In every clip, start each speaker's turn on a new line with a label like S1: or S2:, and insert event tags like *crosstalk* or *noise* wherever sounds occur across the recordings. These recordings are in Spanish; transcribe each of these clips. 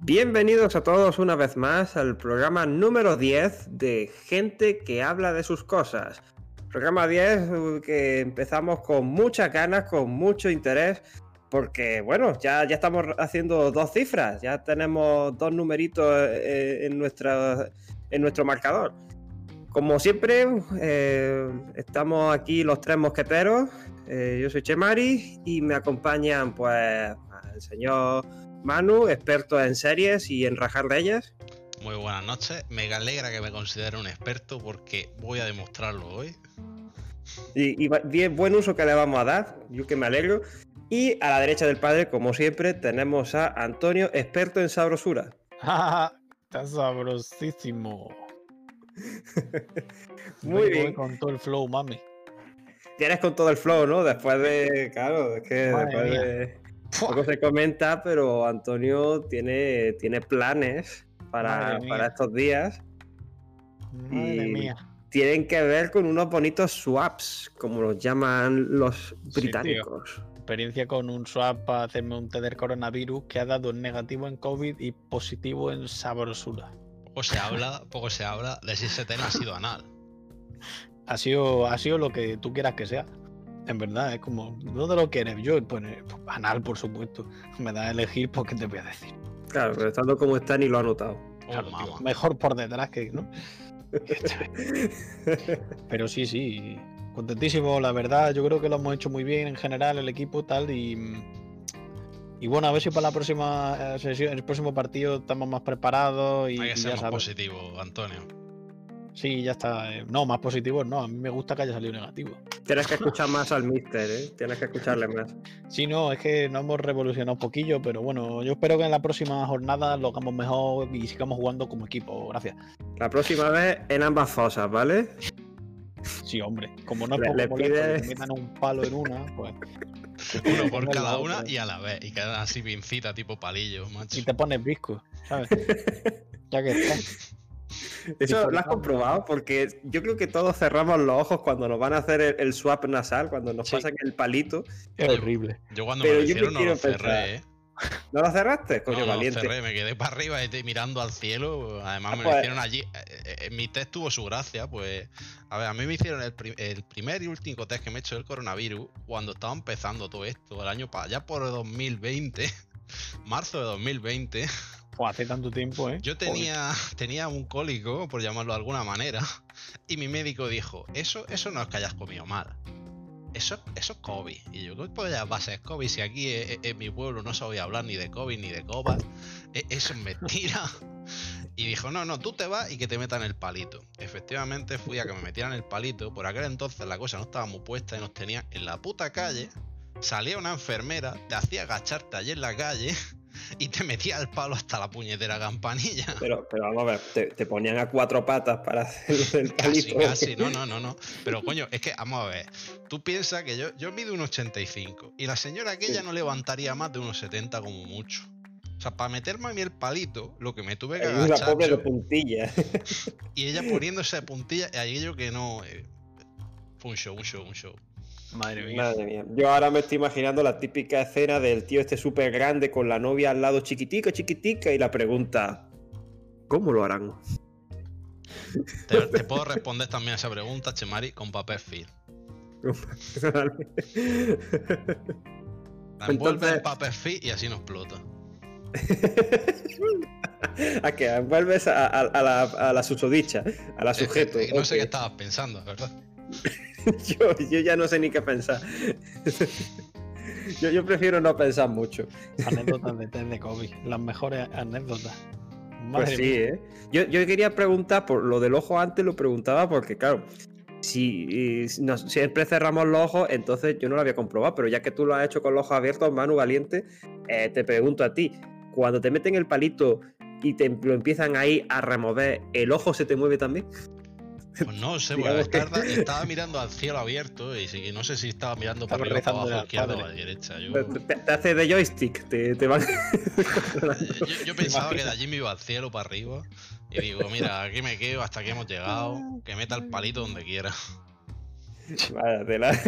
S1: Bienvenidos a todos una vez más al programa número 10 de Gente que habla de sus cosas. Programa 10 que empezamos con muchas ganas, con mucho interés, porque bueno, ya, ya estamos haciendo dos cifras, ya tenemos dos numeritos eh, en, nuestra, en nuestro marcador. Como siempre, eh, estamos aquí los tres mosqueteros. Eh, yo soy Chemari y me acompañan pues el señor Manu, experto en series y en rajar de ellas.
S2: Muy buenas noches, me alegra que me considere un experto porque voy a demostrarlo hoy.
S1: Y, y bien, buen uso que le vamos a dar, yo que me alegro. Y a la derecha del padre, como siempre, tenemos a Antonio, experto en sabrosura.
S3: Está
S1: *laughs*
S3: sabrosísimo.
S1: Muy Vengo bien.
S3: Con todo el flow, mami.
S1: Tienes con todo el flow, ¿no? Después de. Claro, es que Madre después mía. de. Poco se comenta, pero Antonio tiene, tiene planes para, para estos días.
S3: Madre
S1: y
S3: mía.
S1: Tienen que ver con unos bonitos swaps, como los llaman los
S3: Sí,
S1: británicos.
S3: tío. Experiencia con un swap para hacerme un test del coronavirus que ha dado negativo en COVID y positivo en sabrosura.
S2: Poco se habla, poco se habla de si ese tema ha sido anal.
S3: Ha sido, ha sido lo que tú quieras que sea. En verdad, es como, ¿dónde lo quieres? Yo, pues, eh, anal, por supuesto. Me da a elegir porque te voy a decir.
S1: Claro, pero estando como está ni lo ha notado.
S2: Oh,
S3: Claro,
S2: mamá.
S3: tío, mejor por detrás
S2: *laughs*
S3: que, ¿no? Pero sí, sí. Contentísimo, la verdad. Yo creo que lo hemos hecho muy bien en general, el equipo, tal. Y, mm, y bueno, a ver si para la próxima eh, sesión, el próximo partido estamos más preparados. Y,
S2: Hay
S3: y
S2: que
S3: ya
S2: ser más
S3: sabes.
S2: positivo, Antonio.
S3: Sí, ya está. eh, No, más positivos no. A mí me gusta que haya salido negativo.
S1: Tienes que escuchar más al mister, ¿eh? Tienes que escucharle más.
S3: Sí, no, es que nos hemos revolucionado un poquillo, pero bueno, yo espero que en la próxima jornada lo hagamos mejor y sigamos jugando como equipo. Gracias.
S1: La próxima vez en ambas fosas, ¿vale?
S3: Sí, hombre. Como no es
S1: Le-
S3: poco
S1: le
S3: molesto que
S1: pides-
S3: te metan un palo en una, pues.
S2: *laughs* Uno por
S3: Poner la
S2: cada
S3: otra.
S2: una y a la vez. Y quedan así pincita, tipo palillo, macho.
S3: Y te pones visco,
S1: *laughs*
S3: ¿sabes? ya que está.
S1: Eso lo has
S3: Disfrutando.
S1: comprobado porque yo creo que todos cerramos los ojos cuando nos van a hacer el, el swap nasal, cuando nos
S3: Sí.
S1: pasan el palito.
S3: Es horrible.
S2: Yo cuando
S1: Pero
S2: me
S1: yo
S2: lo
S1: me
S2: hicieron no lo
S1: quiero pensar.
S2: cerré, ¿eh?
S1: ¿No lo cerraste?
S2: No,
S1: Coño,
S2: no lo
S1: valiente.
S2: cerré, me quedé para arriba y te- mirando al cielo. Además,
S1: Ah,
S2: me
S1: pues-
S2: lo hicieron allí. eh, eh, eh, mi test tuvo su gracia, pues. A ver, a mí me hicieron el, pri- el primer y último test que me he hecho del coronavirus cuando estaba empezando todo esto, el año para allá por 2020, *laughs* marzo de 2020.
S3: Pues hace tanto tiempo, ¿eh?
S2: Yo tenía, tenía un cólico, por llamarlo de alguna manera, y mi médico dijo, eso, eso no es que hayas comido mal. Eso, eso es COVID. Y yo, ¿cómo podría- va a ser COVID si aquí eh, eh, en mi pueblo no sabía hablar ni de COVID ni de copas? E- Eso es mentira. *laughs* Y dijo, no, no, tú te vas y que te metan el palito. Efectivamente fui a que me metieran el palito. Por aquel entonces la cosa no estaba muy puesta y nos tenían en la puta calle. Salía una enfermera, te hacía agacharte allí en la calle *laughs* y te metía el palo hasta la puñetera campanilla.
S1: Pero, pero vamos a ver, te, te ponían a cuatro patas para hacer el
S2: Casi,
S1: palito. *laughs*
S2: casi, no, no, no, no. Pero coño, es que, vamos a ver, tú piensas que yo, yo mido un 85 y la señora aquella
S1: Sí.
S2: no levantaría más de unos 70 como mucho. O sea, para meterme a mí el palito, lo que me tuve que
S1: Es una
S2: agachar
S1: pobre de
S2: yo,
S1: puntilla.
S2: y ella poniéndose de puntilla, aquello que no... eh, fue un show, un show, un show.
S3: Madre mía.
S1: Madre mía. Yo ahora me estoy imaginando la típica escena del tío este súper grande con la novia al lado chiquitica, chiquitica, y la pregunta: ¿Cómo lo harán?
S2: Te, te puedo responder también a esa pregunta, Chemari, con papel film. La envuelve
S1: Entonces-
S2: en papel film y así nos explota.
S1: *laughs* a que envuelves a, a- a la, a la susodicha, a la
S2: Eh, eh,
S1: sujeto.
S2: eh, no sé
S1: Ok.
S2: qué estabas pensando, ¿verdad?
S1: *laughs* yo, yo ya no sé ni qué pensar. *laughs* yo, yo prefiero no pensar mucho.
S3: Anécdotas de test de COVID. Las mejores anécdotas. Madre
S1: Pues sí,
S3: mía.
S1: ¿eh? Yo, yo quería preguntar, por lo del ojo antes lo preguntaba porque, claro, si, eh, si nos- siempre cerramos los ojos, entonces yo no lo había comprobado, pero ya que tú lo has hecho con los ojos abiertos, Manu Valiente, eh, te pregunto a ti, cuando te meten el palito y te lo empiezan ahí a remover, ¿el ojo se te mueve también?
S2: Pues no sé,
S1: Digamos
S2: porque
S1: que-
S3: *laughs*
S2: estaba, estaba mirando al cielo abierto y sí que no sé si estaba mirando
S3: Estaba
S2: para arriba, para
S3: rezando
S2: abajo,
S3: al
S2: izquierda o a
S3: padre.
S2: la derecha. Yo,
S1: Te, te- te hace de joystick, te, te *laughs* van...
S2: yo- eh, yo
S3: *laughs*
S2: pensaba que de allí me iba al cielo para arriba y digo, mira, aquí me quedo hasta que hemos llegado, que meta el palito donde quiera. *laughs*
S1: Vaya *laughs* tela.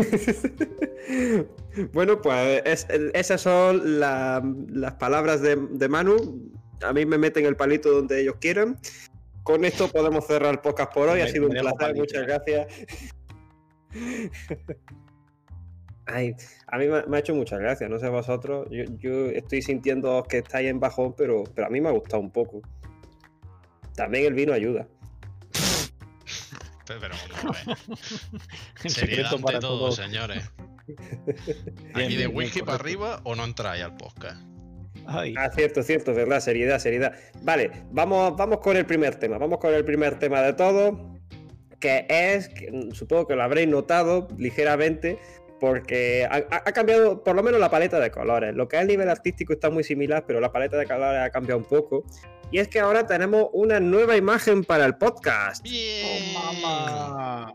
S1: bueno, pues es- esas son la- las palabras de, de Manu. A mí me meten el palito donde ellos quieran. Con esto podemos cerrar el podcast por hoy.
S3: Me-
S1: ha sido un
S3: tenemos
S1: placer, muchas gracias. Ay, a mí me, me ha hecho muchas gracias, no sé vosotros. Yo, yo estoy sintiendo que estáis en bajón, pero, pero a mí me ha gustado un poco. También el vino ayuda.
S2: Pero, pero vamos a ver.
S3: *laughs* El
S2: Seriedad
S3: secreto
S2: ante
S3: para
S2: todo,
S3: todos.
S2: señores.
S3: *laughs* Bien,
S2: Aquí de
S3: bien, bien,
S2: whisky para
S3: correcto. Oh,
S2: arriba o no entráis al podcast.
S3: Ay,
S1: Ah, cierto, cierto, verdad, seriedad, seriedad. Vale, vamos, vamos con el primer tema, vamos con el primer tema de todo, que es, que, mm, supongo que lo habréis notado ligeramente, porque ha, ha- ha cambiado por lo menos la paleta de colores. Lo que es el nivel artístico está muy similar, pero la paleta de colores ha cambiado un poco. Y es que ahora tenemos una nueva imagen para el podcast.
S2: Bien.
S3: ¡Oh, mamá.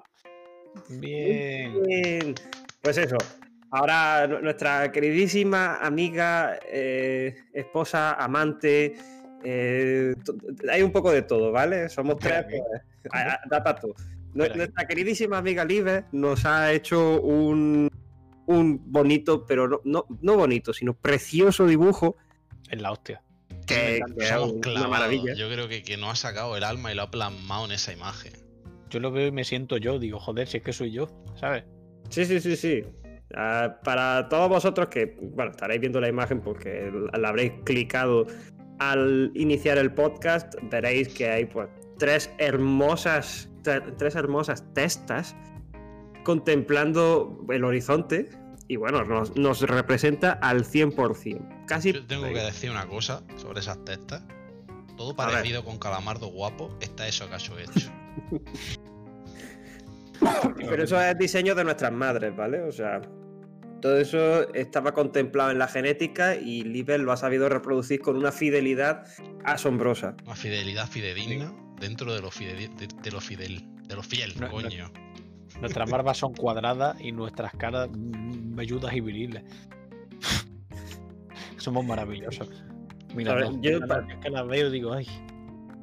S3: Bien.
S1: Bien. Pues eso. Ahora nu- nuestra queridísima amiga, eh, esposa, amante. eh, to- hay un poco de todo, ¿vale? Somos tres.
S3: Espera, ¿qué?
S1: pues, a- a- da pa' tú. Nu-
S3: Espera, ¿qué?
S1: Nuestra queridísima amiga Live nos ha hecho un, un bonito, pero no, no, no bonito, sino precioso dibujo.
S3: Es la hostia.
S1: Que, que es
S2: Somos
S1: un- una
S2: clavados.
S1: maravilla.
S2: Yo creo que, que no ha sacado el alma y lo ha plasmado en esa imagen.
S3: Yo lo veo y me siento yo. Digo, joder, si es que soy yo, ¿sabes?
S1: Sí, sí, sí, sí. Ah, para todos vosotros que, bueno, estaréis viendo la imagen porque la habréis clicado al iniciar el podcast, veréis que hay pues, tres hermosas, tre- tres hermosas testas contemplando el horizonte y bueno, nos, nos representa al 100%. Casi...
S2: Yo tengo que decir una cosa sobre esas testas. Todo
S1: A ver.
S2: parecido con Calamardo guapo está eso que has hecho.
S1: Pero eso es diseño de nuestras madres, ¿vale? O sea, todo eso estaba contemplado en la genética y Libel lo ha sabido reproducir con una fidelidad asombrosa.
S2: Una fidelidad fidedigna dentro de lo, fide- de, de lo fidel. De lo fiel,
S3: No, no.
S2: coño.
S1: *laughs*
S3: Nuestras barbas son cuadradas y nuestras caras mm, velludas y viriles. *laughs* Somos maravillosos. Mira,
S1: A ver,
S3: no,
S1: yo
S3: mira,
S1: pa-
S3: no, es que las veo y digo, ay,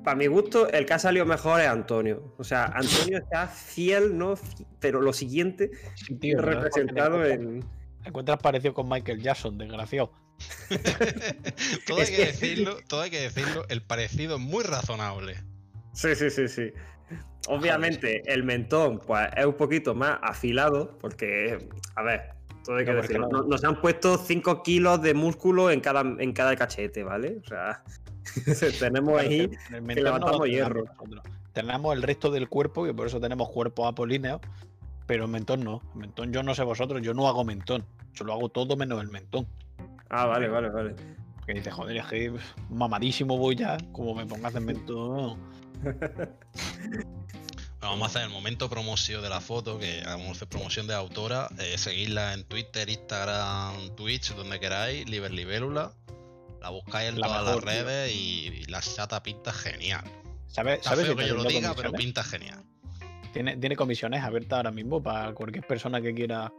S1: Para mi gusto, el que ha salido mejor es Antonio. O sea, Antonio está fiel, ¿no? Fi- Pero lo siguiente,
S3: sí, tío, ¿no?
S1: representado
S3: Te encuentras-
S1: en...
S3: Te encuentras parecido con Michael Jackson, desgraciado.
S2: todo hay
S1: Es
S2: que
S1: que-
S2: decirlo, todo hay que decirlo, el parecido es muy razonable.
S1: Sí, sí, sí, sí. Obviamente, el mentón pues, es un poquito más afilado porque, a ver, todo hay que
S3: No, porque
S1: decirlo.
S3: no-
S1: Nos, nos han puesto 5 kilos de músculo en cada, en cada cachete, ¿vale? O sea, *laughs* tenemos Pues ahí...
S3: En el mentón no lo
S1: levantamos
S3: tenemos
S1: hierro.
S3: nosotros. Tenemos el resto del cuerpo y por eso tenemos cuerpos apolíneos, pero el mentón no. El mentón yo no sé vosotros, yo no hago mentón. Yo lo hago todo menos el mentón.
S1: Ah, vale, vale, vale.
S3: Que dices, joder, es que mamadísimo voy ya, como me pongas en mentón.
S2: Bueno, vamos a hacer el momento promoción de la foto, que vamos a hacer promoción de autora. eh, seguidla en Twitter, Instagram, Twitch, donde queráis, Liber Libélula. La buscáis en
S3: La
S2: todas
S3: mejor,
S2: las
S3: tío.
S2: redes y, y la chata pinta genial.
S3: ¿Sabes?
S2: Está
S3: ¿Sabes
S2: feo
S3: está
S2: que yo lo
S3: haciendo
S2: diga, pero
S3: comisiones?
S2: pinta genial.
S3: tiene, tiene comisiones abiertas ahora mismo para cualquier persona que quiera.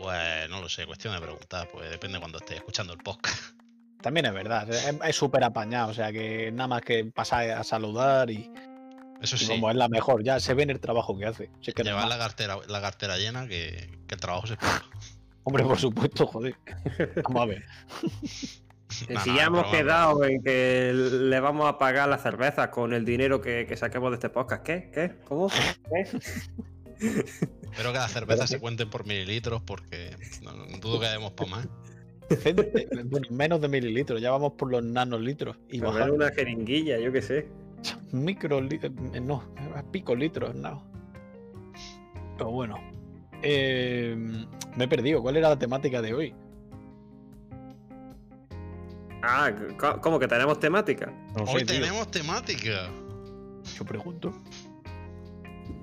S2: Pues no lo sé, cuestión de preguntar, pues depende cuando estéis escuchando el podcast. *laughs*
S3: También es verdad, es es súper apañado, o sea que nada más que pasar a saludar y,
S2: Eso
S3: y
S2: sí,
S3: vamos, es la mejor, ya se ve en el trabajo que hace. Si es que no es
S2: llevad
S3: más.
S2: la cartera, la cartera llena que, que el trabajo se paga.
S3: Hombre, por supuesto, joder. Vamos a ver.
S2: No,
S1: si
S2: no,
S1: ya
S2: es
S1: hemos
S2: broma,
S1: quedado en que le vamos a pagar las cervezas con el dinero que, que saquemos de este podcast, ¿qué? ¿Qué? ¿Cómo? ¿Qué?
S2: Espero que las cervezas se cuenten por mililitros porque no, no dudo que demos para más.
S3: Gente, eh, bueno, menos de mililitros, ya vamos por los nanolitros. Y
S1: Poner
S3: bajar
S1: una jeringuilla, yo qué sé.
S3: microlitros, eh, no, picolitros, no. Pero bueno, eh, me he perdido. ¿Cuál era la temática de hoy?
S1: Ah, co- ¿cómo que tenemos temática?
S3: No
S2: Hoy
S3: sé, tío.
S2: tenemos temática.
S3: Yo pregunto.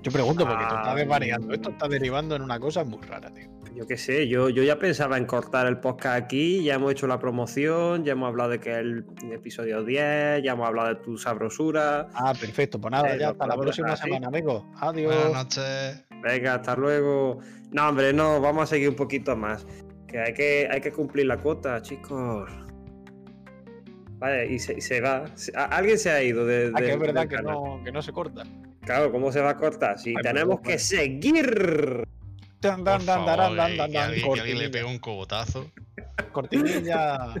S3: Yo pregunto porque esto está
S1: Ah,
S3: desvariando.
S1: mm.
S3: Esto está derivando en una cosa muy rara, tío.
S1: Yo qué sé, yo, yo ya pensaba en cortar el podcast aquí, ya hemos hecho la promoción, ya hemos hablado de que el episodio 10, ya hemos hablado de tu sabrosura.
S3: Ah, perfecto. Pues nada,
S1: Eh,
S3: ya
S1: lo
S3: hasta la
S1: podemos dejar
S3: próxima
S1: así.
S3: semana, amigos.
S2: Buenas
S3: Adiós.
S2: noches.
S1: Venga, hasta luego. No, hombre, no, vamos a seguir un poquito más. Que hay que, hay que cumplir la cuota, chicos. Vale, y se, y se va. Se- a- Alguien se ha ido de,
S3: Ah, que
S1: del-
S3: es verdad
S1: del
S3: que
S1: canal.
S3: no, que no se corta.
S1: Claro, ¿cómo se va a cortar? Si
S3: Ay, pues
S1: tenemos
S3: perdón,
S1: que
S3: vale.
S1: seguir.
S3: Dan,
S2: Por
S3: dan, dan,
S2: favor,
S3: dan,
S2: que-
S3: dan, dan,
S2: que alguien- que alguien le
S3: cortinilla.
S2: pega un cogotazo.
S3: Cortinilla.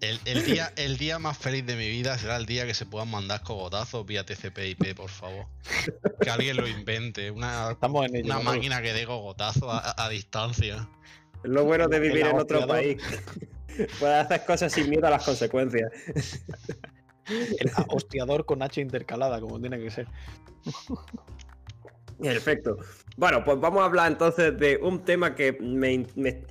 S2: El, el día, el día más feliz de mi vida será el día que se puedan mandar cogotazos vía TCP IP, por favor. Que alguien lo invente. Una,
S3: Estamos en ello.
S2: una
S3: ¿no?
S2: máquina que dé cogotazos a, a- a distancia.
S1: Es lo bueno de vivir
S3: la
S1: en otro
S3: hostia, ¿no? *laughs*
S1: país. Puedes hacer cosas sin miedo a las consecuencias.
S3: El a- hostiador con H intercalada, como tiene que ser.
S1: Perfecto. Bueno, pues vamos a hablar entonces de un tema que me, in- me-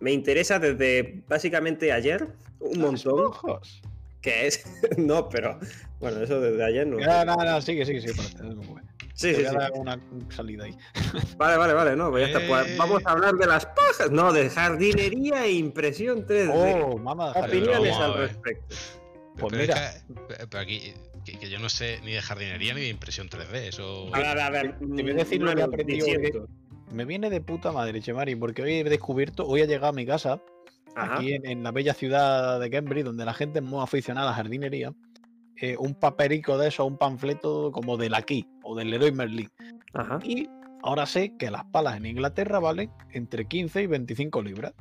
S1: me interesa desde básicamente ayer,
S3: Ah,
S1: un montón,
S3: Ojos.
S1: que es... *laughs* No, pero... Bueno, eso desde ayer no.
S3: No, no, no, sigue, sigue, sigue. para tener- Te
S1: Sí, sí,
S3: voy a
S1: sí.
S3: dar una salida ahí.
S1: Vale, vale, vale. No, pues ya está. Pues
S2: Eh.
S1: vamos a hablar de las pajas. No, de jardinería e impresión 3D.
S3: Oh, mamá.
S1: Opiniones
S2: Vamos a
S1: al
S2: ver.
S1: respecto.
S3: Pues
S2: pero es
S3: mira.
S2: que- eh, pero aquí, que, que yo no sé ni de jardinería ni de impresión 3D. Eso.
S1: A ver, a ver.
S3: voy a decir lo que he
S1: Manu,
S3: aprendido hoy.
S1: diciendo.
S3: Me viene de puta madre, Chemari, porque hoy he descubierto, hoy ha llegado a mi casa,
S1: Ajá.
S3: aquí en, en la bella ciudad de Cambridge, donde la gente es muy aficionada a la jardinería, eh, un paperico de eso, un panfleto como del aquí o del Leroy Merlin.
S1: Ajá.
S3: Y ahora sé que las palas en Inglaterra valen entre 15 y 25 libras.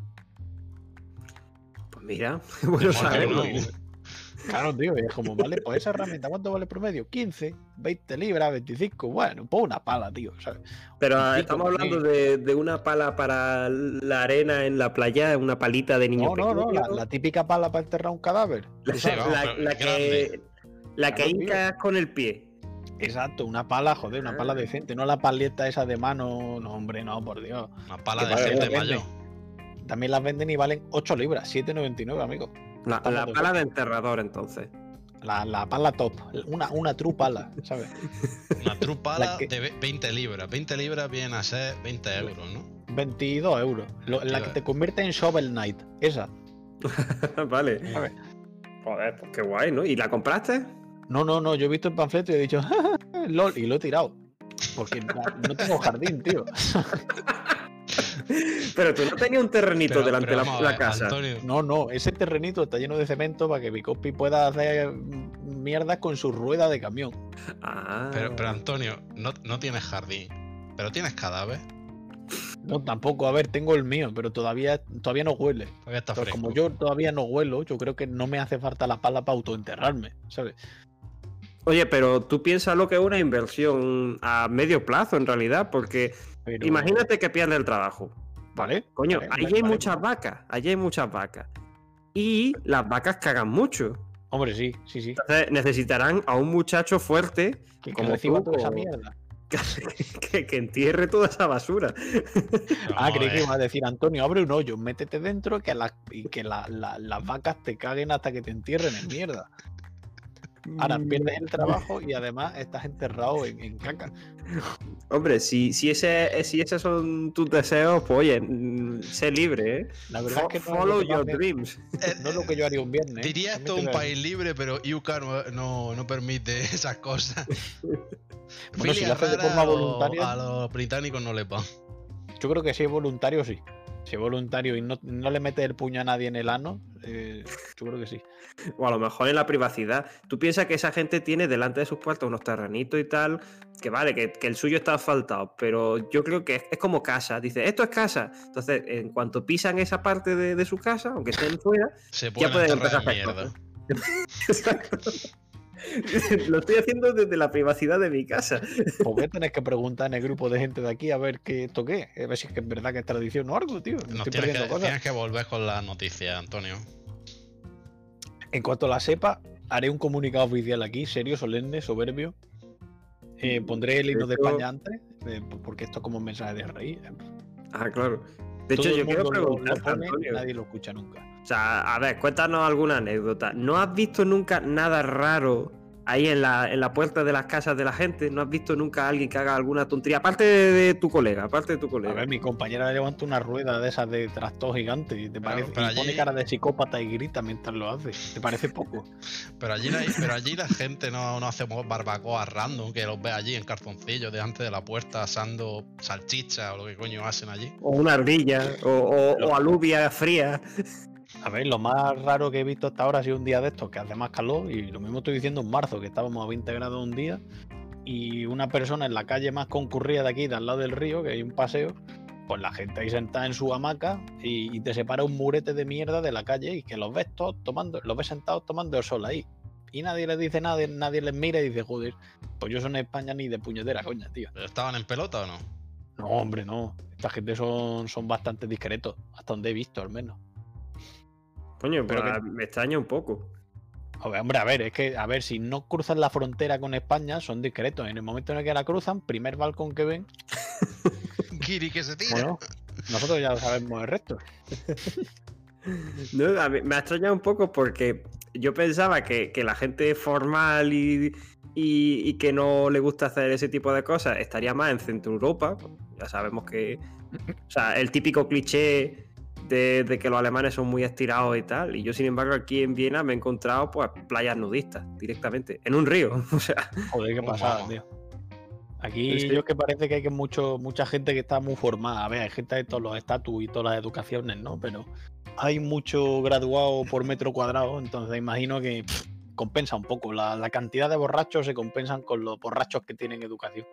S1: Pues mira, *laughs* bueno
S2: ¿por qué
S1: saberlo.
S2: no?
S3: Claro, tío, y es como, vale, pues esa herramienta, ¿cuánto vale el promedio? 15, 20 libras, 25, bueno, pues una pala, tío, ¿sabes?
S1: Pero eh,
S3: Un pico,
S1: estamos hablando
S3: sí.
S1: de, de una pala para la arena en la playa, una palita de niño
S3: No, no, no,
S1: pequeño.
S3: la, la típica pala para enterrar un cadáver.
S1: La-
S2: Sí, vamos,
S1: la-
S2: pero
S1: la
S2: es
S1: que,
S2: grande.
S1: la que
S3: Claro, tío.
S1: hincas con el pie.
S3: Exacto, una pala, joder, una pala
S1: Ah.
S3: decente, no la paleta esa de mano, no, hombre, no, por Dios.
S2: Una pala
S3: que
S2: de
S3: vale,
S2: gente
S3: depende.
S2: mayor.
S3: También las venden y valen 8 libras, 7,99, amigo.
S1: La,
S3: Estamos
S1: la
S3: de
S1: pala de enterrador, entonces.
S3: La, la pala top, una, una true pala, ¿sabes?
S2: Una trupala
S3: La que-
S2: de ve- 20 libras. 20 libras vienen a ser 20 euros, ¿no?
S3: 22 euros. Lo- la que te convierte en Shovel Knight, esa.
S1: *laughs* vale.
S3: ¿sabes?
S1: Joder, pues qué guay, ¿no? ¿Y la compraste?
S3: No, no, no, yo he visto el panfleto y he dicho, *laughs* lol, y lo he tirado. Porque na- no tengo jardín, tío.
S1: Pero tú no tenías un terrenito
S2: Pero-
S1: delante de la,
S2: pero vamos a
S1: la
S2: ver,
S1: casa.
S2: Antonio,
S3: No, no, ese terrenito está lleno de cemento para que mi cospi pueda hacer mm, mierdas con su rueda de camión.
S1: Ah,
S2: pero, pero Antonio, no, no tienes jardín. Pero tienes cadáver.
S3: No, tampoco, a ver, tengo el mío, pero todavía, todavía no huele.
S2: Todavía está
S3: Entonces,
S2: fresco.
S3: como yo todavía no huelo, yo creo que no me hace falta la pala para autoenterrarme, ¿sabes?
S1: Oye, pero tú piensas lo que es una inversión a medio plazo, en realidad, porque
S3: Pero-
S1: imagínate que pierdes el trabajo.
S3: Vale,
S1: Coño,
S3: vale,
S1: allí
S3: vale,
S1: hay
S3: vale.
S1: muchas vacas, allí hay muchas vacas. Y las vacas cagan mucho.
S3: Hombre, sí, sí, sí.
S1: Entonces necesitarán a un muchacho fuerte *laughs*
S3: Que, que
S1: Como
S3: reciba
S1: tú,
S3: toda esa
S1: como-
S3: mierda.
S1: que, que entierre toda esa basura.
S2: Vamos
S3: Ah,
S2: a
S3: creí que
S2: ver.
S3: iba a decir, Antonio, abre un hoyo, métete dentro que las- y que la- la- las vacas te caguen hasta que te entierren en mierda. Ahora pierdes el trabajo y además estás enterrado en, en caca.
S1: Hombre, si, si, ese, si esos son tus deseos, pues oye, mm, sé libre, ¿eh?
S3: La verdad
S1: Fo-
S3: es que no, es lo
S1: Follow
S3: que yo
S1: your
S3: haría-
S1: dreams.
S2: Eh,
S3: no es lo que yo haría un viernes. ¿eh?
S2: Diría
S3: También
S2: esto
S3: te
S2: un
S3: lo digo.
S2: país libre, pero UK no, no, no permite *laughs* esas cosas.
S3: *laughs* Bueno, si
S2: Filias
S3: lo haces de
S2: raras
S3: forma
S2: a los-
S3: voluntaria.
S2: A los británicos no les va.
S3: Yo creo que si es voluntario, sí. Si es voluntario y no, no le metes el puño a nadie en el ano, eh, yo creo que sí.
S1: O a lo mejor en la privacidad. Tú piensas que esa gente tiene delante de sus puertas unos terrenitos y tal, que vale, que, que el suyo está asfaltado, pero yo creo que es, es como casa. Dice, esto es casa. Entonces, en cuanto pisan esa parte de, de su casa, aunque estén
S3: *laughs*
S1: fuera, *laughs*
S2: Se pueden
S1: pueden
S2: enterrar en
S1: empezar a hacer
S2: mierda.
S1: lo estoy haciendo desde la privacidad de mi casa.
S3: Pues voy a tener que preguntar en el grupo de gente de aquí a ver qué esto qué. es. A ver si es que es verdad que es tradición o algo, tío. Me
S2: Nos
S3: estoy
S2: tienes
S3: perdiendo
S2: que,
S3: cosas.
S2: tienes que volver con la noticia, Antonio.
S3: En cuanto la sepa, haré un comunicado oficial aquí, serio, solemne, soberbio. Eh, pondré el himno de
S1: Eso-
S3: España antes, eh, porque esto es como un mensaje de rey.
S1: Ah, claro. De
S3: Todo
S1: hecho,
S3: el
S1: yo quiero
S3: mundo lo- lo
S1: preguntarte,
S3: pone y
S1: Antonio.
S3: nadie lo escucha nunca.
S1: O sea, a ver, cuéntanos alguna anécdota. ¿No has visto nunca nada raro ahí en la, en la puerta de las casas de la gente? ¿No has visto nunca a alguien que haga alguna tontería? Aparte de, de tu colega, aparte de tu
S3: A
S1: colega.
S3: ver, mi compañera levanta una rueda de esas de trastos gigante y te
S2: Pero-
S3: parece,
S2: pero
S3: y pone
S2: allí-
S3: cara de psicópata y grita mientras lo hace. ¿Te parece poco?
S2: Pero allí, la- pero allí la gente no, no hace barbacoa random, que los ve allí en cartoncillos delante de la puerta asando salchicha o lo que coño hacen allí.
S1: O una ardilla, o, o- o alubia fría.
S3: A ver, lo más raro que he visto hasta ahora ha sido un día de estos que hace más calor y lo mismo estoy diciendo en marzo, que estábamos a 20 grados un día y una persona en la calle más concurrida de aquí, de al lado del río, que hay un paseo, pues la gente ahí sentada en su hamaca y, y te separa un murete de mierda de la calle y que los ves todos tomando, los ves sentados tomando el sol ahí. Y nadie les dice nada, nadie les mira y dice, joder, pues yo soy en España ni de puñetera, coña, tío.
S2: ¿Pero estaban en pelota o no? *laughs*
S3: No, hombre, no. Esta gente son, son bastante discretos, hasta donde he visto al menos.
S1: Coño,
S3: Pero
S1: pero
S3: que-
S1: me extraña un poco.
S3: A ver, hombre, a ver, es que, a ver, si no cruzan la frontera con España, son discretos. En el momento en el que la cruzan, primer balcón que ven,
S2: Giri que se tira.
S3: bueno, nosotros ya sabemos el resto.
S1: No, a mí- me ha extrañado un poco porque yo pensaba que, que la gente formal y, y- y que no le gusta hacer ese tipo de cosas estaría más en Centro Europa. Ya sabemos que. O sea, el típico cliché de, de que los alemanes son muy estirados y tal. Y yo, sin embargo, aquí en Viena me he encontrado pues playas nudistas directamente, en un río. *laughs* O sea,
S3: Joder, qué
S2: Muy
S3: pasada,
S2: guapo.
S3: tío. Aquí
S1: Sí, sí.
S3: yo es que parece que hay que mucho, mucha gente que está muy formada. A ver, hay gente de todos los estatus y todas las educaciones, ¿no? Pero hay mucho graduado por metro cuadrado, entonces imagino que pff, compensa un poco. La, la cantidad de borrachos se compensan con los borrachos que tienen educación.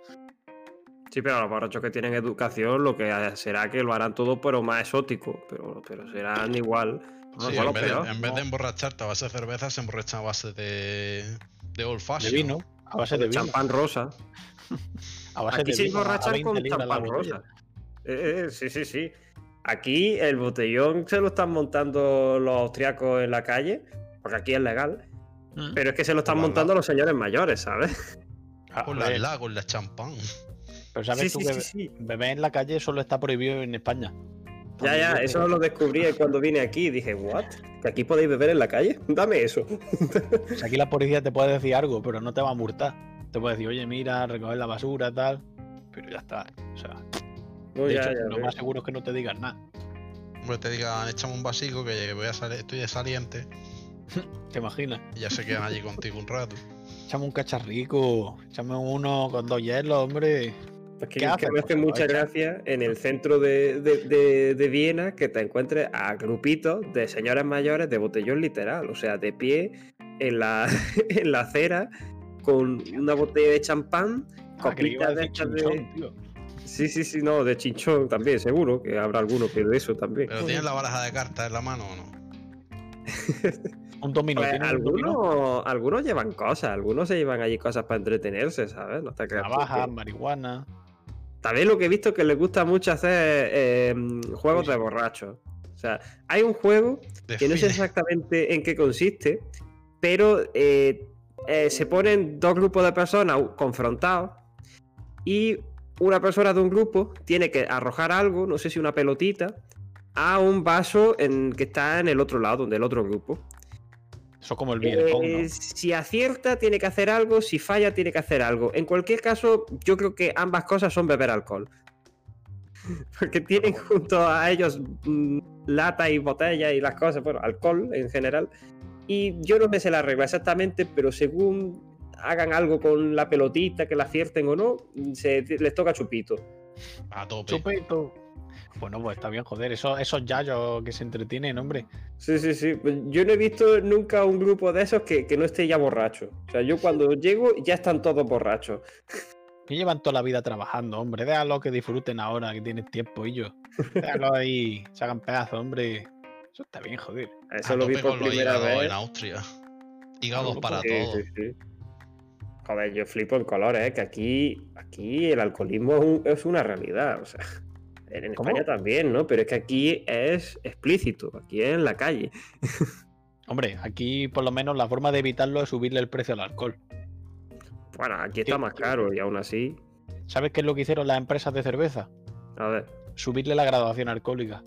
S1: sí, pero los borrachos que tienen educación lo que será que lo harán todo, pero más exótico. Pero, pero serán igual.
S2: Sí,
S1: igual o
S2: en, vez de,
S1: peor.
S2: en vez de emborracharte a base de cerveza, se emborracha a base de, de old
S3: De
S2: fashion.
S3: vino, a base de vino.
S1: Champán rosa.
S3: A base
S1: Aquí
S3: de
S1: se
S3: vino, a
S1: emborrachan
S3: 20
S1: con
S3: libras la
S1: champán
S3: botella.
S1: rosa. Eh, eh, sí, sí, sí. Aquí el botellón se lo están montando los austriacos en la calle, porque aquí es legal,
S3: Mm.
S1: pero es que se lo están
S2: Ojalá.
S1: montando los señores mayores, ¿sabes?
S3: Ah,
S2: Con
S3: joder,
S2: la la, con la champán.
S3: Pero sabes
S1: sí,
S3: tú
S1: sí, sí,
S3: que
S1: sí.
S3: beber en la calle solo está prohibido en España.
S1: Ya, ya, eso lo descubrí cuando vine aquí. Dije, ¿what? ¿Que aquí podéis beber en la calle? Dame eso.
S3: O sea, aquí la policía te puede decir algo, pero no te va a multar. Te puede decir, oye, mira, recoger la basura, tal. Pero ya está. O sea,
S1: No, Pues
S3: de
S1: ya,
S3: hecho,
S1: ya,
S3: lo
S1: ya.
S3: más seguro es que no te digan nada.
S2: Hombre, te digan, échame un vasico que voy a salir, estoy de saliente.
S3: ¿Te imaginas?
S2: Y ya se quedan allí contigo
S1: *laughs*
S2: un rato.
S3: Échame un cacharrico, échame uno con dos hielos, hombre.
S1: Pues que,
S3: ¿Qué
S1: que
S3: haces,
S1: me hace
S3: José?
S1: mucha
S3: Aprovecha.
S1: gracia en el centro de, de- de- de Viena que te encuentres a grupitos de señoras mayores de botellón literal, o sea, de pie en la, *laughs* en la acera con una botella de champán.
S3: Ah, que le iba
S1: Copitas
S3: a
S1: de
S3: decir
S1: estas de-
S3: chinchón, tío.
S1: Sí, sí, sí, no, de chinchón también, seguro que habrá alguno que de eso también.
S2: Pero tienes la baraja de cartas en la mano o no.
S3: Un dominó,
S1: Pues,
S3: ¿tienes un dominó?
S1: algunos, algunos llevan cosas, algunos se llevan allí cosas para entretenerse, ¿sabes? No te creas tú
S3: Navaja,
S1: que-
S3: marihuana.
S1: También lo que he visto que les gusta mucho hacer eh, juegos de borrachos. O sea, hay un juego
S2: De
S1: que no sé
S2: fines.
S1: exactamente en qué consiste, pero eh, eh, se ponen dos grupos de personas confrontados y una persona de un grupo tiene que arrojar algo, no sé si una pelotita, a un vaso en, que está en el otro lado, del otro grupo.
S3: Eso es como el beer pong, ¿no?
S1: Eh, Si acierta, tiene que hacer algo. Si falla, tiene que hacer algo. En cualquier caso, yo creo que ambas cosas son beber alcohol. *laughs* Porque tienen junto a ellos mm, lata y botella y las cosas, bueno, alcohol en general. Y yo no me sé la regla exactamente, pero según hagan algo con la pelotita, que la acierten o no, se, les toca chupito.
S2: A tope.
S3: Chupito. Bueno, pues está bien, joder. Esos, esos yayos que se entretienen, hombre.
S1: Sí, sí, sí. Pues Yo no he visto nunca un grupo de esos que, que no esté ya borracho. O sea, yo cuando llego ya están todos borrachos.
S3: Que llevan toda la vida trabajando, hombre. Déjalo que disfruten ahora que tienen tiempo ellos. Déjalo ahí, se hagan pedazos, hombre. Eso está bien, joder.
S1: Eso
S2: a
S1: lo vi
S2: Ah, tope
S1: por
S2: con los
S1: primera
S2: hígados
S1: vez.
S2: en Austria. Hígados
S3: Claro,
S2: para
S1: Ah, Sí,
S2: todos.
S1: sí, sí. Joder, yo flipo en colores, ¿eh? que aquí, aquí el alcoholismo es, un- es una realidad. O sea, en en
S3: ¿Cómo?
S1: España también, ¿no? Pero es que aquí es explícito, aquí es en la calle.
S3: Hombre, aquí por lo menos la forma de evitarlo es subirle el precio al alcohol.
S1: Bueno, aquí está
S3: Sí,
S1: más
S3: sí.
S1: caro y aún así.
S3: ¿Sabes qué es lo que hicieron las empresas de cerveza?
S1: A ver,
S3: Subirle la graduación alcohólica.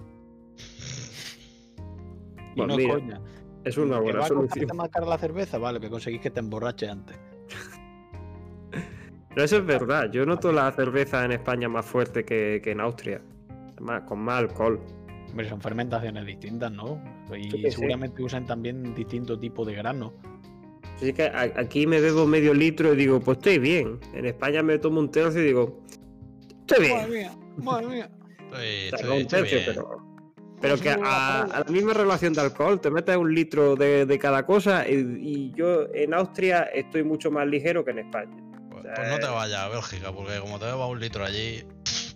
S3: Y
S1: Pues
S3: no es
S1: mira,
S3: coña.
S1: es una
S3: ¿Que
S1: buena
S3: va a
S1: solución.
S3: costarte más cara la cerveza? Vale, que conseguís que te emborraches antes.
S1: Pero eso es verdad, yo noto la cerveza en España más fuerte que, que en Austria. Además, con más alcohol.
S3: Hombre, son fermentaciones distintas, ¿no?
S1: Sí
S3: Y
S1: que sí.
S3: seguramente usan también distinto tipo de grano.
S1: Así que a- aquí me bebo medio litro y digo, pues estoy bien. En España me tomo un tercio y digo, estoy bien.
S3: mía, madre mía.
S2: Estoy-
S1: Te
S2: estoy-
S1: hago un
S2: estoy
S1: tercio,
S2: bien.
S1: pero. Pero
S3: Sí,
S1: que
S3: sí,
S1: a,
S3: sí.
S1: a la misma relación de alcohol, te metes un litro de, de cada cosa y, y yo en Austria estoy mucho más ligero que en España.
S2: Pues,
S1: sea,
S2: pues no te
S1: eh.
S2: vayas a Bélgica, porque como te bebas un litro allí,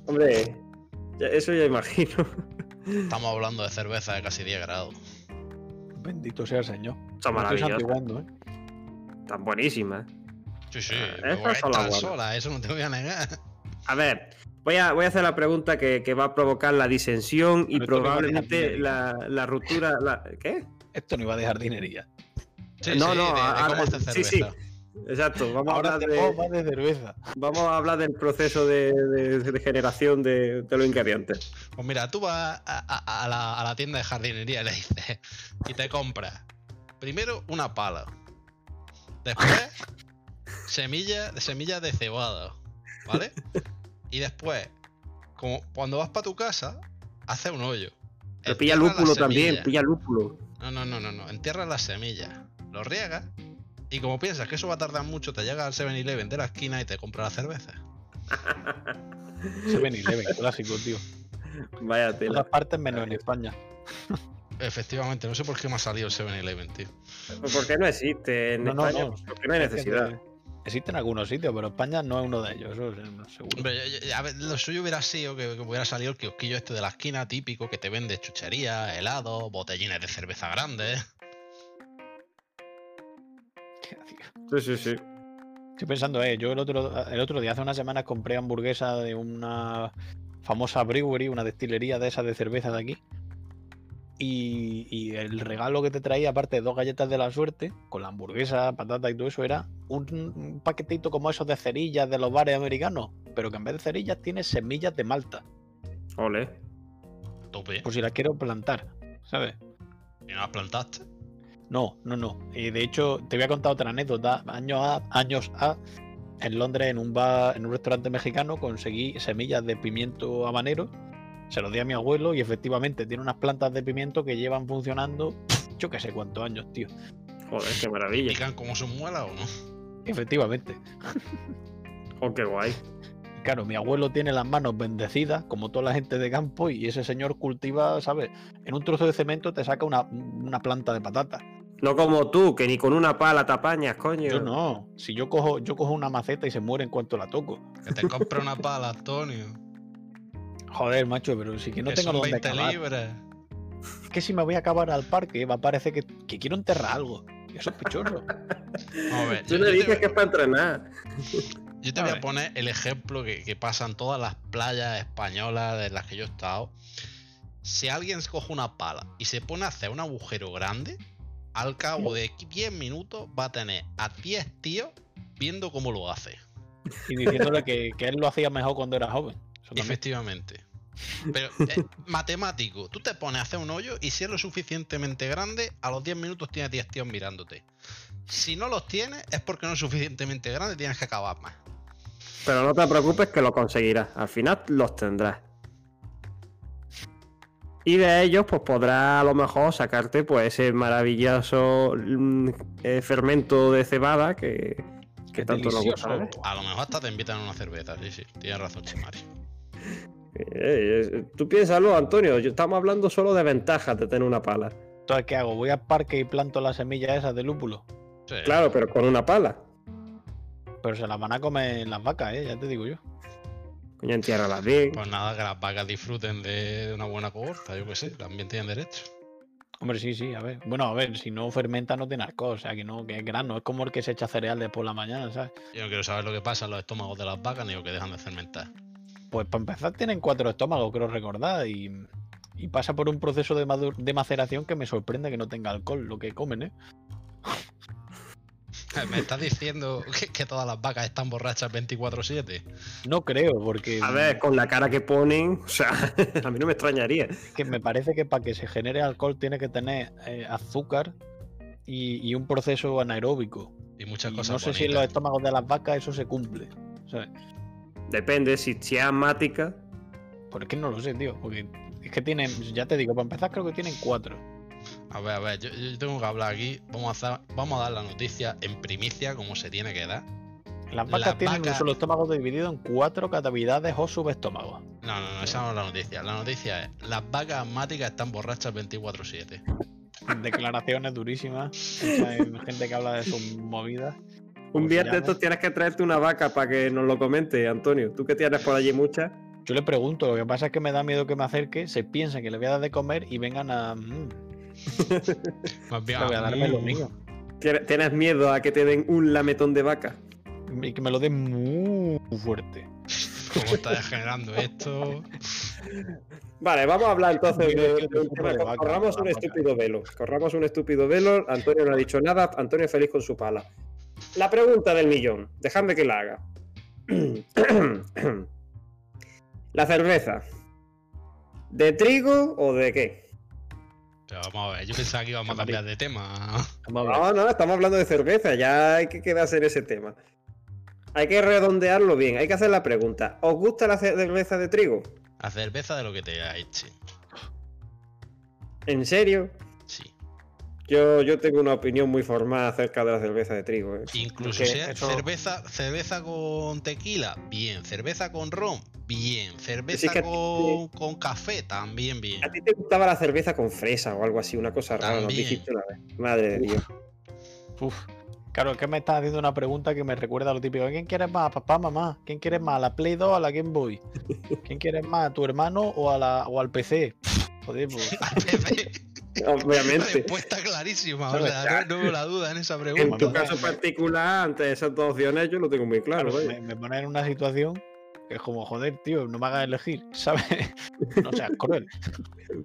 S1: Hombre, Ya- Eso ya imagino. *laughs*
S2: Estamos hablando de cerveza de casi 10 grados.
S3: Bendito sea el Señor.
S1: Está
S3: Me estoy
S1: maravilloso.
S3: santiguando, ¿eh?
S1: Tan buenísima.
S2: Sí, sí.
S1: Ah,
S2: pero
S1: esas son las
S2: están
S1: guapas.
S2: solas, eso no te voy a negar.
S1: A ver, voy a, voy a hacer la pregunta que, que va a provocar la disensión y
S3: Pero esto me va a dejar
S1: probablemente
S3: bien.
S1: la, la ruptura. la- ¿Qué?
S3: Esto no iba a dejar dinería.
S2: Sí,
S1: No, no,
S2: sí, de- de
S1: ahora-
S2: cómo hacer
S1: sí,
S2: cerveza.
S1: sí. Exacto, vamos, a
S3: Ahora
S1: hablar
S3: te
S1: de,
S3: de... de cerveza.
S1: vamos a hablar del proceso de, de- de generación de, de los ingredientes.
S2: Pues mira, tú vas a, a- a la, a la tienda de jardinería y le dices, y te compras primero una pala,
S1: *laughs*
S2: después semillas semilla de cebada, ¿vale? Y después, como cuando vas para tu casa, haces un hoyo.
S1: Pero pilla
S2: entierras las
S1: lúpulo también,
S2: semillas.
S1: pilla lúpulo.
S2: No, no, no, no, no. Entierras las semillas, lo riegas, y como piensas que eso va a tardar mucho, te llega al 7-Eleven de la esquina y te compra la cerveza.
S3: Se ven y
S1: *laughs*
S3: clásico, tío.
S1: Vaya
S3: En
S1: tela.
S3: todas partes menos en España.
S2: Efectivamente, no sé por qué me ha salido el 7-Eleven, tío.
S1: ¿Por qué no existe en
S3: No, no,
S1: España?
S3: no.
S1: ¿Por qué no hay necesidad?
S3: Existen algunos sitios, pero España no es uno de ellos, eso es seguro.
S2: Hombre, yo- yo- a ver, lo suyo hubiera sido que, que hubiera salido el kiosquillo este de la esquina típico que te vende chuchería, helado, botellines de cerveza grandes.
S1: Sí, sí, sí.
S3: Estoy pensando, eh, yo el otro, el otro día, hace unas semanas, compré hamburguesa de una famosa brewery, una destilería de esas de cerveza de aquí. Y, y el regalo que te traía, aparte de dos galletas de la suerte, con la hamburguesa, patata y todo eso, era un, un paquetito como esos de cerillas de los bares americanos, pero que en vez de cerillas tiene semillas de malta,
S1: Ole.
S2: Tupe,
S3: por si las quiero plantar, ¿sabes?
S2: y no las plantaste.
S3: No, no, no. Eh, de hecho, te voy a contar otra anécdota. Años A, años A, en Londres, en un bar, en un restaurante mexicano, conseguí semillas de pimiento habanero. Se los di a mi abuelo y efectivamente tiene unas plantas de pimiento que llevan funcionando, yo qué sé cuántos años, tío.
S1: Joder, qué maravilla.
S2: ¿Pican como son muelas o no?
S3: Efectivamente.
S1: Oh, qué guay.
S3: Claro, mi abuelo tiene las manos bendecidas, como toda la gente de campo, y ese señor cultiva, ¿sabes? En un trozo de cemento te saca una, una planta de patata.
S1: No como tú, que ni con una pala tapañas, coño.
S3: Yo no. Si yo cojo, yo cojo una maceta y se muere en cuanto la toco.
S2: Que te compre una pala, Antonio.
S3: Joder, macho, pero si *laughs* que no
S2: que
S3: tengo
S2: son
S3: dónde
S2: 20
S3: acabar.
S2: libras.
S3: Es que si me voy a acabar al parque, va a parecer que, que quiero enterrar algo. Es sospechoso.
S2: Vamos a ver,
S1: Tú le
S2: yo- yo te-
S1: dices que es para entrenar.
S2: Yo te
S3: A
S2: voy a
S3: ver.
S2: poner el ejemplo que, que pasa en todas las playas españolas de las que yo he estado. Si alguien se coge una pala y se pone a hacer un agujero grande, al cabo de 10 minutos va a tener a 10 tíos viendo cómo lo hace.
S3: Y diciéndole que, que él lo hacía mejor cuando era joven. Eso
S1: *laughs*
S3: también.
S2: Efectivamente.
S3: *laughs*
S2: Pero eh, matemático, tú te pones a hacer un hoyo y si es lo suficientemente grande, a los 10 minutos tienes 10 tíos mirándote. Si no los tienes, es porque no es suficientemente grande y tienes que acabar más.
S1: Pero no te preocupes que lo conseguirás. Al final los tendrás. Y de ellos, pues podrás a lo mejor sacarte pues ese maravilloso mm, eh, fermento de cebada que, que
S3: Qué
S1: tanto nos gusta.
S3: delicioso.
S1: ¿eh?
S2: A lo mejor hasta te invitan a una cerveza, sí, sí. Tienes razón, Chimari.
S1: Eh, eh, tú piénsalo, Antonio. yo- Estamos hablando solo de ventajas de tener una pala.
S3: Entonces, ¿qué hago? ¿Voy al parque y planto las semillas esas de lúpulo?
S2: Sí.
S1: Claro, pero con una pala.
S3: Pero se las van a comer las vacas, ¿eh? Ya te digo yo.
S1: Coño, entiérralas bien.
S2: Pues nada, que las vacas disfruten de de una buena cohorta, yo qué sé, también tienen derecho.
S3: Hombre, sí, sí, a ver. Bueno, a ver, si no fermenta no tiene alcohol, o sea, que no, que es grano. Es como el que se echa cereales por la mañana, ¿sabes?
S2: Yo no quiero saber lo que pasa en los estómagos de las vacas ni lo que dejan de fermentar. *laughs*
S3: Pues para empezar tienen cuatro estómagos, creo recordar, y, y pasa por un proceso de, madu- de maceración que me sorprende que no tenga alcohol lo que comen, ¿eh?
S2: ¿Me estás diciendo que, que todas las vacas están borrachas 24-7?
S3: No creo, porque
S1: A ver, con la cara que ponen, o sea, *laughs* a mí no me extrañaría.
S3: que me parece que para que se genere alcohol tiene que tener eh, azúcar y, y un proceso anaeróbico.
S2: Y muchas
S3: Y
S2: cosas
S3: no sé si en los
S2: bonitas.
S3: estómagos de las vacas eso se cumple. ¿sabes?
S1: Depende, si, si es asmática.
S3: Pero es que no lo sé, tío. Porque es que tienen, ya te digo, para empezar creo que tienen cuatro.
S2: A ver, a ver, yo, yo tengo que hablar aquí. Vamos a, hacer- vamos a dar la noticia en primicia como se tiene que dar.
S3: Las vacas
S2: Las
S3: tienen
S2: vacas-
S3: un solo estómago dividido en cuatro cavidades o subestómagos.
S2: No, no, no, esa no es la noticia. La noticia es, las vacas asmáticas están borrachas 24-7.
S3: declaraciones durísimas. Hay gente que habla de sus movidas. Pues
S1: Un
S3: ¿Cómo
S1: día
S3: se
S1: de
S3: llama?
S1: estos tienes que traerte una vaca para que nos lo comente, Antonio. Tú que tienes por allí muchas.
S3: Yo le pregunto, lo que pasa es que me da miedo que me acerque, se piensen que le voy a dar de comer y vengan a. mm,
S2: Más bien,
S3: le voy a darme lo mío.
S1: Tien- ¿Tienes miedo a que te den un lametón de vaca?
S3: Y que me lo den muy fuerte.
S2: *laughs* ¿Cómo está degenerando esto?
S1: Vale, vamos a hablar entonces
S3: Mira,
S1: de,
S3: que
S1: de un
S3: te
S1: tema.
S3: de vaca,
S1: Corramos
S3: la
S1: un
S3: vaca.
S1: estúpido velo. Corramos un estúpido velo. Antonio no ha dicho nada. Antonio feliz con su pala. La pregunta del millón. Dejadme que la haga. *clears throat* la cerveza. ¿De trigo o de qué?
S2: Pero vamos a ver, yo pensaba que íbamos a cambiar de tema.
S3: Vamos a hablar.
S1: No, no, estamos hablando de cerveza. Ya hay que quedarse en ese tema. Hay que redondearlo bien. Hay que hacer la pregunta. ¿Os gusta la ce- cerveza de trigo?
S2: A cerveza de lo que te eche.
S1: ¿En serio?
S2: Sí.
S1: Yo, yo tengo una opinión muy formada acerca de la cerveza de trigo. ¿eh?
S2: Incluso
S1: Ok,
S2: sea
S1: eso-
S2: cerveza, cerveza con tequila, bien. Cerveza con ron, bien. Cerveza
S1: que a ti-
S2: con, con café,
S1: *laughs*
S2: también bien. *laughs*
S1: ¿A ti te gustaba la cerveza con fresa o algo así? Una cosa rara, nos
S2: También.
S1: dijiste una vez. Madre de Dios.
S3: Uf. Claro, es que me estás haciendo una pregunta que me recuerda a lo típico. ¿Quién quieres más, papá, mamá? ¿Quién quieres más, a la Play 2 o a la Game Boy? ¿Quién quieres más, a tu hermano o, a la, o al PC? Joder, pues,
S2: *laughs*
S1: Obviamente.
S2: Respuesta clarísima, o
S3: Claro,
S2: sea, no, no veo la duda en esa
S1: En
S2: pregunta.
S1: tu caso particular, ante esas dos opciones, yo lo tengo muy claro.
S3: claro,
S1: vaya.
S3: pues me, me pones en una situación que es como, joder, tío, no me hagas elegir, *laughs* ¿sabes? No seas cruel.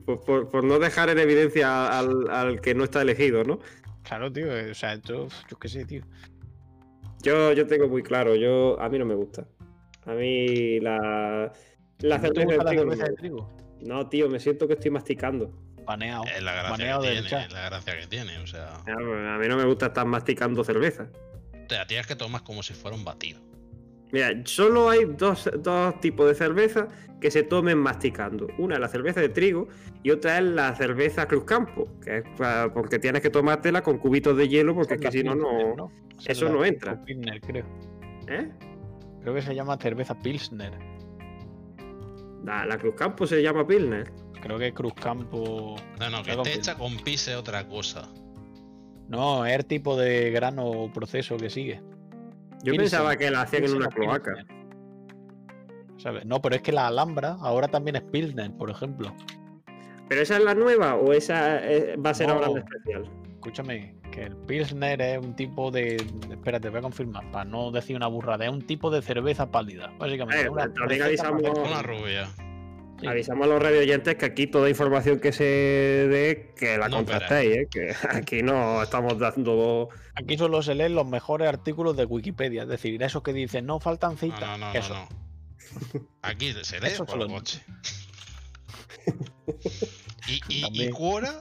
S1: Por, por- por no dejar en evidencia al, al que no está elegido, ¿no?
S3: Claro, tío, o sea, esto, uf, yo qué sé, tío.
S1: Yo, yo tengo muy claro. Yo, a mí no me gusta. A mí la, la
S3: ¿No te
S1: cerveza de
S3: gusta la
S1: trigo. no me
S3: cerveza de
S1: gusta.
S3: trigo?
S1: No, tío, me siento que estoy masticando.
S3: Paneado.
S2: Es la gracia
S3: Baneado
S2: que
S3: del
S2: tiene,
S3: chat.
S2: es la gracia que tiene. O sea,
S1: Ah, A mí no me gusta estar masticando cerveza.
S2: te la tienes que tomar como si fuera un batido.
S1: Mira, solo hay dos, dos tipos de cerveza que se tomen masticando. Una es la cerveza de trigo y otra es la cerveza Cruz Campo, que es pa- porque tienes que tomártela con cubitos de hielo porque Pues es que si no, no...
S3: Esa
S1: eso
S3: la
S1: no entra.
S3: Pilsner, creo.
S1: ¿Eh?
S3: Creo que se llama cerveza Pilsner.
S1: La, la Cruz Campo se llama Pilner.
S3: Creo que Cruz Campo.
S2: No, no, que
S3: Está
S2: esté
S3: confirmado.
S2: hecha con pizza es otra cosa.
S3: No, es el tipo de grano o proceso que sigue.
S1: Yo
S3: Pilsen.
S1: pensaba que la hacían en
S3: Pilsen
S1: una
S3: o Pilsner.
S1: cloaca.
S3: ¿Sabes? No, pero es que la Alhambra ahora también es Pilsner, por ejemplo.
S1: ¿Pero esa es la nueva o esa eh, va a ser
S3: No.
S1: ahora la especial?
S3: Escúchame, que el Pilsner es un tipo de. Espérate, voy a confirmar, para no decir una burrada. Es un tipo de cerveza pálida, básicamente.
S1: Eh,
S3: una
S1: también
S3: receta
S1: avisamos-
S3: para hacer-
S2: Una rubia.
S3: Sí.
S1: Avisamos a los radio oyentes que aquí toda información que se dé, que la
S2: No,
S1: contrastéis, eh, que *laughs* aquí no estamos dando...
S3: Aquí solo se leen los mejores artículos de Wikipedia, es decir, esos que dicen no faltan
S2: No,
S3: citas.
S2: no, no,
S3: eso.
S2: no,
S3: *laughs*
S2: no. Aquí se lee
S3: Eso
S2: por
S3: solo. *laughs*
S2: coche. Y, y, y
S3: También.
S2: Quora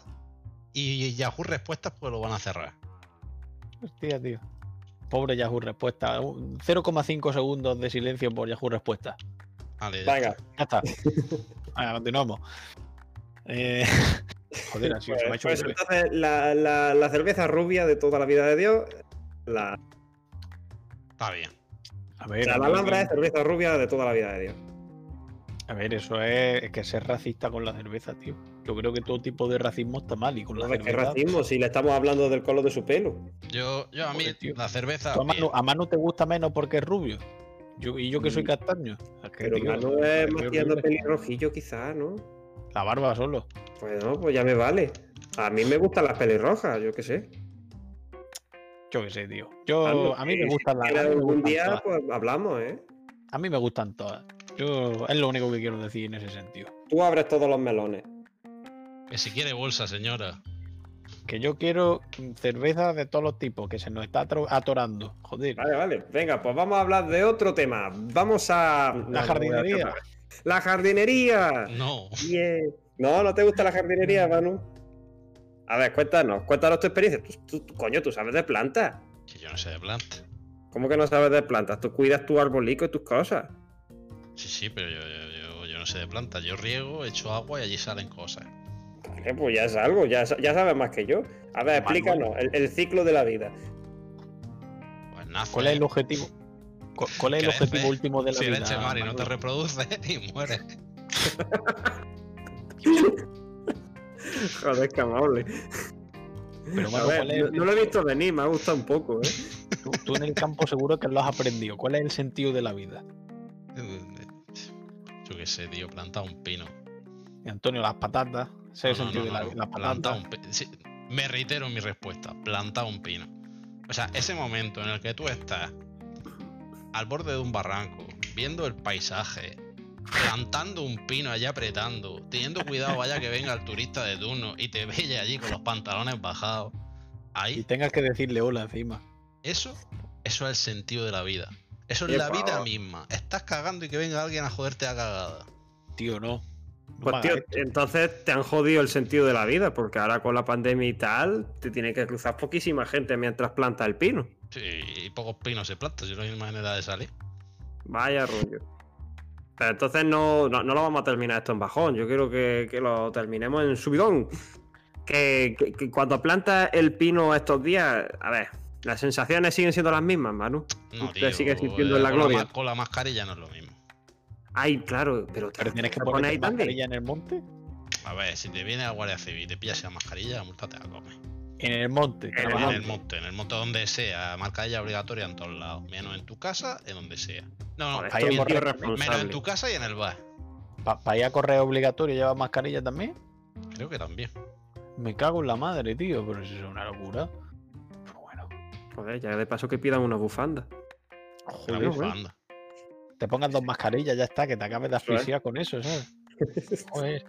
S2: y Yahoo Respuestas pues lo van a cerrar.
S3: Hostia, tío. Pobre Yahoo Respuesta. un- 0,5 segundos de silencio por Yahoo Respuesta.
S2: Vale, ya
S1: Venga,
S2: está.
S1: *laughs*
S3: Ya está. Venga, continuamos. Eh, *laughs* Joder, así se me ha
S1: Pues,
S3: hecho
S1: pues
S3: un bebé.
S1: entonces, la, la- la cerveza rubia de toda la vida de Dios, la,
S2: Está bien.
S3: A
S1: o
S3: ver, eh,
S1: sea, la
S3: a
S1: Alhambra es
S3: ver,
S1: cerveza rubia de toda la vida de Dios.
S3: a ver, eso es, es que ser racista con la cerveza, tío. Yo creo que todo tipo de racismo está mal y con la
S1: Entonces, ¿qué
S3: cerveza.
S1: racismo si le estamos hablando del color de su pelo?
S2: Yo, yo a mí
S3: Joder, tío.
S2: la cerveza.
S3: Tú a,
S2: bien.
S3: Manu, a Manu te gusta menos porque es rubio. Yo, y yo que soy
S1: Mm.
S3: castaño. Es que,
S1: Pero
S3: tío,
S1: Manu es
S3: es
S1: más
S3: horrible.
S1: tirando pelirrojillo, quizá, ¿no?
S3: La barba solo.
S1: Pues no, pues ya me vale. A mí me gustan las pelirrojas, yo qué sé.
S3: Yo qué sé, tío. Yo,
S1: Manu,
S3: a mí
S1: que
S3: me
S1: si
S3: gustan las.
S1: quieres
S3: a mí me
S1: algún
S3: gustan
S1: día,
S3: todas.
S1: pues hablamos, ¿eh?
S3: A mí me gustan todas. Yo, es lo único que quiero decir en ese sentido.
S1: Tú abres todos los melones.
S2: Que si quiere bolsa, señora.
S3: Que yo quiero mm, cerveza de todos los tipos, que se nos está atro- atorando. Joder.
S1: Vale, vale. Venga, pues vamos a hablar de otro tema. Vamos a. no, no voy a
S3: jardinería.
S1: escapar. ¡La jardinería!
S2: No.
S1: Yeah. No, ¿no te gusta la jardinería, Manu? A ver, cuéntanos, cuéntanos tu experiencia. Tú, tú- tú- coño, tú sabes de plantas.
S2: Que yo no sé de planta.
S1: ¿Cómo que no sabes de plantas? Tú cuidas tu arbolico y tus cosas.
S2: Sí, sí, pero yo, yo, yo- yo no sé de planta. Yo riego, echo agua y allí salen cosas.
S1: Vale, pues ya es algo, ya, sa- ya sabes más que yo. A ver,
S3: Manuel.
S1: explícanos el, el ciclo de la vida.
S2: Pues nace.
S3: ¿Cuál es el objetivo? cu- ¿Cuál es el
S2: Crece.
S3: objetivo último de la
S2: si
S3: vida?
S2: leche mar y no te
S3: Manuel?
S2: reproduces *laughs* y mueres.
S1: Joder, que amable.
S3: Pero
S1: A
S3: Manu,
S1: ver,
S3: ¿cuál es
S1: no,
S3: el
S1: no lo he
S3: sentido?
S1: visto venir, me ha gustado un poco, ¿eh?
S3: Tú, tú en el campo seguro que lo has aprendido. ¿Cuál es el sentido de la vida?
S2: Yo qué sé, tío, planta un pino.
S3: Y Antonio, las patatas. Ese es
S2: No,
S3: el
S2: no,
S3: sentido de la-
S2: no, no,
S3: las
S2: planta
S3: patatas.
S2: un pi- sí, me reitero mi respuesta, planta un pino. O sea, ese momento en el que tú estás al borde de un barranco, viendo el paisaje, plantando un pino allá apretando, teniendo cuidado vaya que venga el turista de turno y te vea allí con los pantalones bajados.
S3: Y
S2: Ahí,
S3: tengas que decirle hola encima.
S2: eso, eso es el sentido de la vida. Eso es
S1: Qué
S2: la vida
S1: pavo.
S2: misma. Estás cagando y que venga alguien a joderte a cagada.
S3: Tío, no. No eh. me
S1: Pues
S3: hagas
S1: tío,
S3: esto.
S1: entonces te han jodido el sentido de la vida, porque ahora con la pandemia y tal, te tiene que cruzar poquísima gente mientras planta el pino.
S2: Sí, y pocos pinos se plantan, si no hay manera de salir.
S1: Vaya rollo. Pero entonces no, no, no lo vamos a terminar esto en bajón. Yo quiero que, que lo terminemos en subidón. Que, que- que cuando plantas el pino estos días, a ver, las sensaciones siguen siendo las mismas, Manu.
S2: No,
S1: Usted
S2: tío,
S1: sigue sintiendo
S2: eh,
S1: la
S2: con ma-
S1: gloria.
S2: con la mascarilla no es lo mismo.
S1: Ay, claro, pero,
S3: Pero tienes que
S1: ¿te
S3: poner
S1: pones ahí
S3: la
S1: también?
S3: mascarilla en el monte.
S2: A ver, si te viene la Guardia Civil y te pillas esa mascarilla, la multa te la comes.
S3: En el monte.
S1: el
S2: En
S3: trabajando.
S2: el monte, en el monte donde sea, mascarilla obligatoria en todos lados. Menos en tu casa, en donde sea. No, no,
S1: Joder,
S3: ahí
S1: esto es
S3: hemos
S1: tío
S3: re-
S2: menos en
S1: responsable.
S2: tu casa y en el bar.
S3: Para ir a correr obligatorio llevas mascarilla también.
S2: Creo que también.
S3: Me cago en la madre, tío. Pero eso es una locura. Pero bueno.
S1: Joder, ya de paso que pidan una bufanda.
S2: Una
S3: Joder,
S1: bueno.
S2: bufanda.
S3: te
S2: ¿eh?
S3: pongas dos mascarillas, ya está, que te acabes de
S1: Eso es.
S3: asfixiar con eso, ¿sabes? Joder.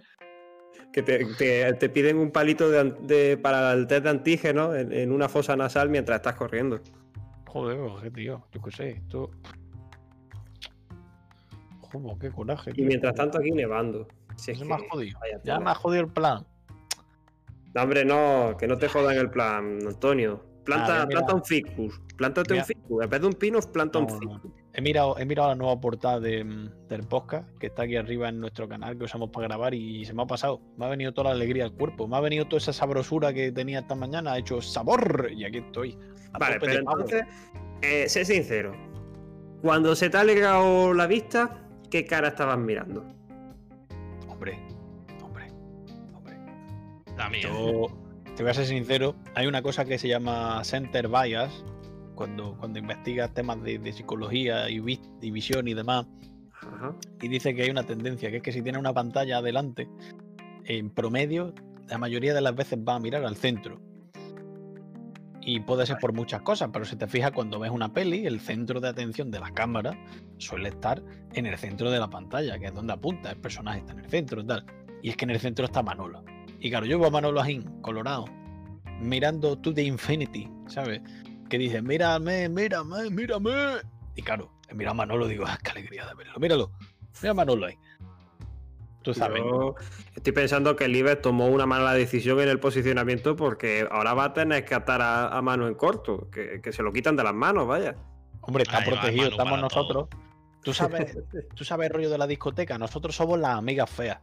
S1: Que te, te- te piden un palito de, an- de- para el test de antígeno en, en una fosa nasal mientras estás corriendo.
S3: Joder, pero qué tío, yo qué sé, esto. Joder, qué coraje.
S1: Y
S3: tío.
S1: mientras tanto aquí nevando. Si es
S3: Se me ha
S1: que-
S3: jodido.
S1: vaya
S3: Ya
S1: tela.
S3: me ha jodido el plan.
S1: No, hombre, no, que no te jodan el plan, Antonio. Planta,
S3: Ah, mira, mira.
S1: planta un ficus. Plántate
S3: Mira.
S1: un ficus. En vez de un pino, planta un
S3: No, no.
S1: ficus.
S3: He mirado, he mirado la nueva portada de, mm, del podcast que está aquí arriba en nuestro canal que usamos para grabar y se me ha pasado. Me ha venido toda la alegría al cuerpo. Me ha venido toda esa sabrosura que tenía esta mañana. Ha hecho sabor y aquí estoy. a
S1: Vale,
S3: tope
S1: pero
S3: de pavo.
S1: entonces, eh, sé sincero. Cuando se te ha alegrado la vista, ¿qué cara estabas mirando?
S3: Hombre, hombre, hombre.
S2: La mía.
S3: Yo te voy a ser sincero, hay una cosa que se llama center bias, cuando, cuando investigas temas de, de psicología y, vi- y visión y demás,
S1: Ajá.
S3: y dice que hay una tendencia, que es que si tienes una pantalla adelante, en promedio, la mayoría de las veces va a mirar al centro. Y puede ser por muchas cosas, pero si te fijas, cuando ves una peli, el centro de atención de la cámara suele estar en el centro de la pantalla, que es donde apunta, el personaje está en el centro, tal. Y es que en el centro está Manolo. Y claro, yo veo a Manolo Ajín, colorado, mirando To The Infinity, ¿sabes? Que dice, mírame, mírame, mírame. Y claro, mira a Manolo, digo, ah, qué alegría de verlo, míralo. Mira a Manolo ahí. Tú sabes. ¿no?
S1: Yo estoy pensando que el Iber tomó una mala decisión en el posicionamiento porque ahora va a tener que atar a, a mano en corto, que, que se lo quitan de las manos, vaya. *laughs*
S3: Hombre, está
S2: Ahí va,
S3: protegido,
S2: Manu,
S3: estamos
S2: para
S3: nosotros. Tú sabes, tú sabes el rollo de la discoteca, nosotros somos las amigas feas.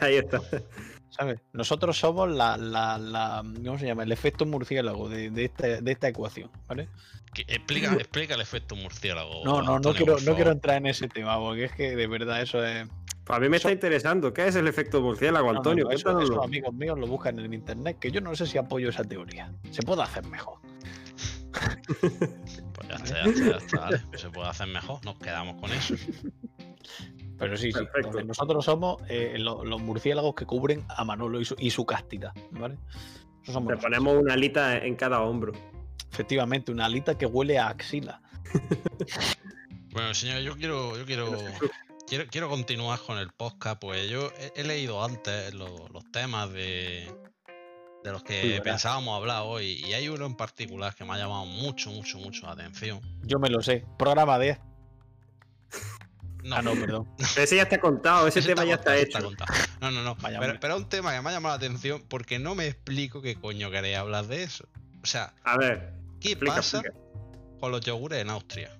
S1: Ahí está. Pues
S3: ¿sabes? Nosotros somos la, la, la- ¿cómo se llama? El efecto murciélago de, de esta, de esta ecuación, ¿vale?
S2: Que- Explica, explica el efecto murciélago.
S3: No, no, no
S2: Antonio,
S3: quiero,
S2: por
S3: no quiero
S2: favor.
S3: entrar en ese tema, porque es que de verdad eso es.
S1: Pues a mí me
S3: Eso-
S1: está interesando. ¿Qué es el efecto murciélago,
S3: no, no,
S1: Antonio?
S3: no, eso-
S1: Cuéntanoslo.
S3: esos amigos míos lo buscan en internet, que yo no sé si apoyo esa teoría. Se puede hacer mejor.
S2: Pues ya está, ya está, ya está, vale. Pues se puede hacer mejor, nos quedamos con eso.
S3: Pero sí, sí.
S1: Perfecto.
S3: entonces nosotros somos eh, lo- los murciélagos que cubren a Manolo y su, y su castidad, ¿vale? Eso somos
S1: Le
S3: nosotros.
S1: ponemos una alita en cada hombro.
S3: Efectivamente, una alita que huele a axila.
S2: Bueno, señor, yo quiero, yo quiero, quiero, quiero continuar con el podcast, pues yo he, he leído antes lo- los temas de, de los que
S3: Uy, verás.
S2: pensábamos hablar hoy, y hay uno en particular que me ha llamado mucho, mucho, mucho la atención.
S3: Yo me lo sé. Programa 10.
S2: No,
S3: Ah, no, perdón.
S1: Pero ese ya está contado, ese,
S2: ese
S1: tema ya
S2: contado,
S1: está
S2: ese
S1: hecho.
S2: contado.
S1: *laughs*
S2: No, no, no.
S3: Vaya
S2: Pero,
S3: hombre.
S2: pero es un tema que me ha llamado la atención porque no me explico qué coño queréis hablar de eso. O sea,
S1: A ver,
S2: ¿qué
S1: explica,
S2: pasa
S1: explica.
S2: con los yogures en Austria?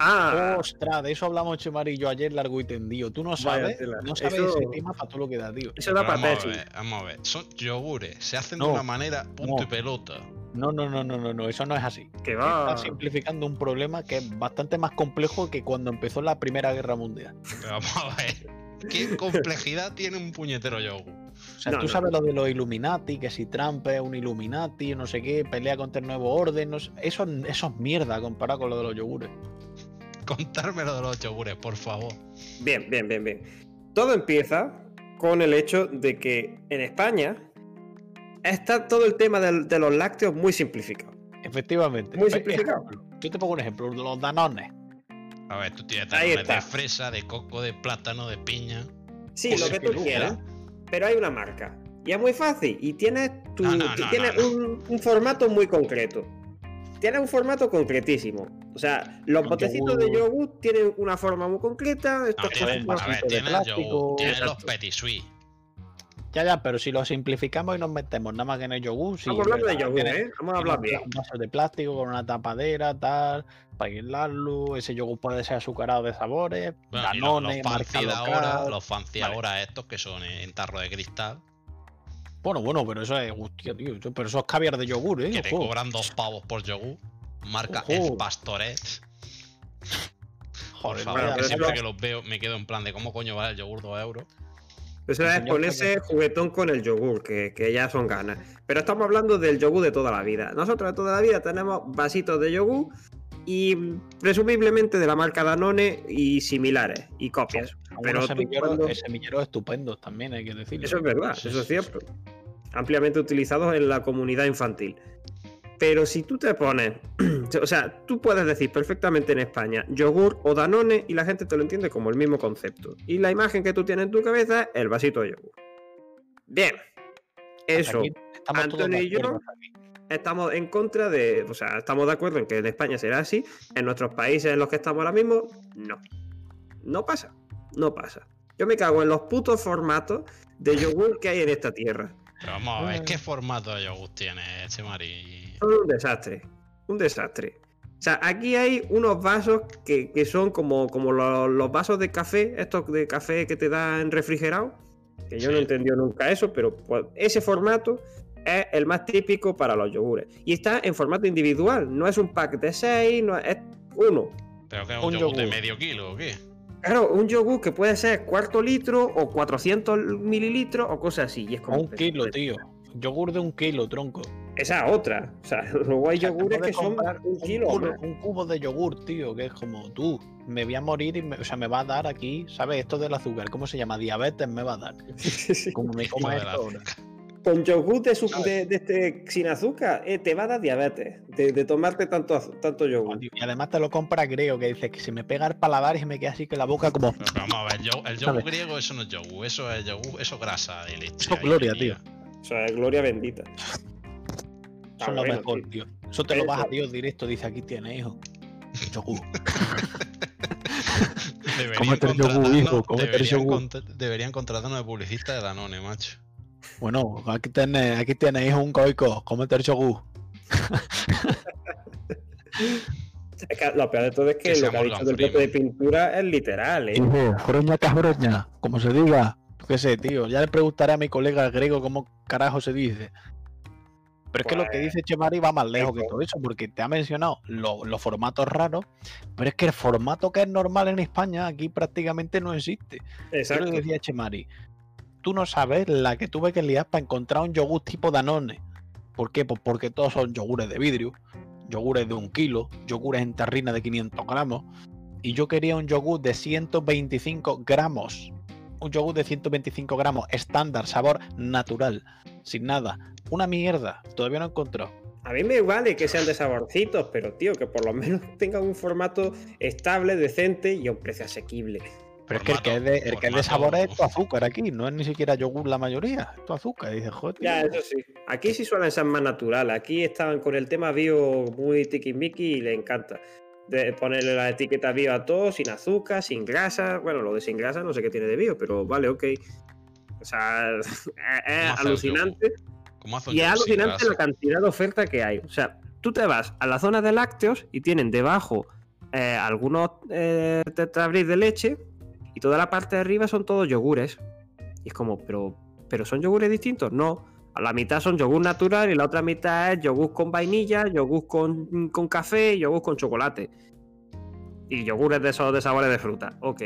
S1: Ah,
S3: Ostras, de eso hablamos Chemar y yo ayer largo y tendido. Tú no sabes,
S1: tela.
S3: no sabes
S1: Eso-
S3: ese tema para todo lo que da, tío.
S1: eso da
S2: Pero
S1: para
S2: vamos, a
S1: tesis.
S2: ver, vamos a ver. Son yogures, se hacen de
S3: No,
S2: una manera punto
S3: no.
S2: y pelota.
S3: No, no, no, no, no, no, eso no es así.
S1: Que va.
S3: Estás simplificando un problema que es bastante más complejo que cuando empezó la Primera Guerra Mundial.
S2: Pero vamos a ver.
S1: *laughs*
S2: ¿Qué complejidad tiene un puñetero yogur?
S3: O sea,
S1: No,
S3: tú
S1: no.
S3: sabes lo de los Illuminati, que si Trump es un Illuminati, no sé qué, pelea contra el nuevo orden, no sé- eso, eso es mierda comparado con lo de los yogures.
S2: *laughs* Contármelo de los yogures, por favor.
S1: Bien, bien, bien, bien. Todo empieza con el hecho de que en España está todo el tema del- de los lácteos muy simplificado.
S2: Este
S3: Efectivamente.
S1: Muy
S3: Eh,
S1: simplificado.
S3: ejemplo, Yo te pongo un ejemplo, los danones.
S2: A ver, tú tienes
S1: Ahí
S2: talones de
S1: está.
S2: fresa, de coco, de plátano, de piña.
S1: Sí,
S2: Pues
S1: lo
S2: es
S1: que
S2: que
S1: tú
S2: nunca.
S1: quieras, pero hay una marca. Y es muy fácil. Y tienes, tu,
S2: No, no, no,
S1: tienes
S2: no, no.
S1: Un, un formato muy concreto. Tienes un formato concretísimo. O sea, los
S3: Con
S1: botecitos de
S3: yogur.
S1: yogur tienen una forma muy concreta.
S2: A
S1: Estos
S2: ver,
S1: con
S3: ver,
S1: un
S3: más
S2: a
S1: formato-
S2: ver,
S3: de
S2: tienes
S3: plástico,
S2: yogur, tienes los
S3: exacto.
S2: petit suisse.
S3: Ya, ya, pero si lo simplificamos y nos metemos nada más que en el yogur. Sí,
S1: Vamos a hablar de
S3: ¿verdad?
S1: yogur,
S3: Tienes-
S1: ¿eh? Vamos a hablar bien.
S3: Un vaso de plástico con una tapadera, tal, para aislarlo. Ese yogur puede ser azucarado de sabores.
S2: Bueno, y los, los
S3: Danone, marca
S2: fancy de ahora,
S3: local.
S2: los fancy
S3: Vale.
S2: ahora estos que son en tarro de cristal,
S3: Bueno, bueno, pero eso es. Hostia, tío. eso- Pero eso es caviar de yogur, ¿eh?
S2: que te
S3: Ojo.
S2: cobran dos pavos por yogur. Marca
S3: Ojo.
S2: El Pastoret. Por
S3: Joder,
S2: favor,
S1: bueno,
S2: que
S3: vaya,
S1: pero
S2: siempre
S1: eso-
S2: que los veo me quedo en plan de cómo coño vale el yogur 2 euros.
S1: Eso
S3: El
S1: es
S3: señor
S1: ponerse
S3: Javier.
S1: eh, juguetón con el yogur, que, que ya son ganas. Pero estamos hablando del yogur de toda la vida. Nosotros de toda la vida tenemos vasitos de yogur y mm, presumiblemente de la marca Danone y similares, y copias.
S3: algunos
S1: pero tú
S3: semilleros,
S1: cuando-
S3: eh, semilleros estupendos también, hay que decirlo.
S1: Eso es verdad,
S2: Sí,
S1: eso es
S2: sí,
S1: cierto. Ampliamente utilizados en la comunidad infantil. Pero si tú te pones, *clears throat* o sea, tú puedes decir perfectamente en España yogur o danone y la gente te lo entiende como el mismo concepto. Y la imagen que tú tienes en tu cabeza es el vasito de yogur. Bien,
S3: Hasta
S1: eso.
S3: aquí estamos todos
S1: Antonio
S3: de
S1: y yo-
S3: acuerdo.
S1: Estamos en contra de, o sea, estamos de acuerdo en que en España será así. En nuestros países en los que estamos ahora mismo, no. No pasa, no pasa. Yo me cago en los putos formatos de yogur que hay en esta tierra.
S2: Pero vamos a ver,
S3: Ay.
S2: ¿qué formato de yogur tiene este Mari?
S1: Son un desastre. Un desastre. O sea, aquí hay unos vasos que, que son como, como lo- los, vasos de café, estos de café que te dan refrigerado. Que yo no
S2: Sí.
S1: he entendido nunca eso, pero pues, ese formato es el más típico para los yogures. Y está en formato individual, no es un pack de seis, no es, es uno.
S2: ¿Pero que es un,
S3: Un
S2: yogur de
S3: yogur.
S2: medio kilo o qué?
S1: Claro, un yogur que puede ser cuarto litro o 400 mililitros o cosas así. Y es
S3: A
S1: como
S3: un kilo, tío. Yogur de un kilo, tronco.
S1: Esa otra. O sea, *laughs* luego hay
S3: O sea, te
S1: yogures
S3: puedes
S1: que son
S3: comprar
S1: un kilo. o
S3: cubo,
S1: más. *laughs*
S3: un cubo de yogur, tío, que es como tú. Me voy a morir y me, o sea, me va a dar aquí, ¿sabes? Esto del azúcar, ¿cómo se llama? Diabetes me va a *laughs* dar. Como me coma
S2: Hijo de la
S3: esto ahora.
S1: Con yogur de, su-
S3: ¿Sabes?
S1: de- de este, sin azúcar, eh, te va a dar diabetes de, de tomarte tanto, azu- tanto yogur.
S3: Y además te lo compra creo que dices que se me pega el paladar y se me queda así que la boca *laughs* como.
S2: Pero vamos a ver, el yogur, el
S3: A
S2: yogur
S3: ver.
S2: griego eso no es yogur, eso es yogur, eso es grasa de leche.
S3: Eso es
S2: ahí
S3: gloria,
S2: metida.
S1: O sea, es gloria bendita.
S3: Eso es lo
S1: bueno,
S3: mejor,
S1: sí.
S3: tío. Eso te lo
S1: Eso.
S3: vas a Dios directo, dice aquí tiene, *laughs* hijo. Yogur.
S2: Deberían
S3: Cómete el yogur,
S2: contratarnos-
S3: hijo, cómete el
S2: deberían
S3: yogur.
S2: contra- deberían contratarnos de publicista de Danone, macho.
S3: Bueno, aquí tienes, aquí tienes, hijo, un coico. Cómete el yogur.
S1: Es que lo peor de todo es que,
S2: Que
S1: lo que
S2: sea
S1: ha dicho
S2: Morgan
S1: del plato de
S2: Freeman.
S1: pintura es literal, ¿eh?
S3: Dice, Joroña casbroña, como se diga. Yo qué sé, tío. Ya le preguntaré a mi colega griego cómo carajo se dice. Pero es que lo que
S1: Pues,
S3: dice Chemari va más lejos que
S1: eso.
S3: todo eso, porque te ha mencionado lo- los formatos raros, pero es que el formato que es normal en España aquí prácticamente no existe. Yo
S1: Exacto.
S3: le decía Chemari, tú no sabes la que tuve que liar para encontrar un yogur tipo Danone. ¿Por qué? Pues porque todos son yogures de vidrio, yogures de un kilo, yogures en terrina de 500 gramos. Y yo quería un yogur de 125 gramos. Un yogur de 125 gramos, estándar, sabor natural, sin nada. Una mierda, todavía no he encontrado.
S1: A mí me vale que sean de saborcitos, pero tío, que por lo menos *laughs* tengan un formato estable, decente y a un precio asequible.
S3: Pero es que el que es
S2: Formato-
S3: de, el que es
S2: formato-
S3: de sabores es tu azúcar aquí, no es ni siquiera yogur la mayoría, es tu azúcar. Y dices, joder, tío,
S1: Ya, eso sí. Aquí sí suelen ser más naturales. Aquí están con el tema bio muy tiquismiqui y le encanta. De ponerle la etiqueta bio a todo, sin azúcar, sin grasa. Bueno, lo de sin grasa no sé qué tiene de bio, pero vale, ok. O sea, *laughs* es- es
S2: hacer
S1: alucinante.
S2: ¿Cómo hace un
S1: Y es
S2: yogur sin
S1: alucinante
S2: grasa?
S1: la cantidad de oferta que hay. O sea, tú te vas a la zona de lácteos y tienen debajo eh, algunos eh, tetrabric de leche y toda la parte de arriba son todos yogures. Y es como, pero, pero son yogures distintos. No, a la mitad son yogur natural y la otra mitad es yogur con vainilla, yogur con, con café y yogur con chocolate. Y yogures de esos de sabores de fruta. Ok.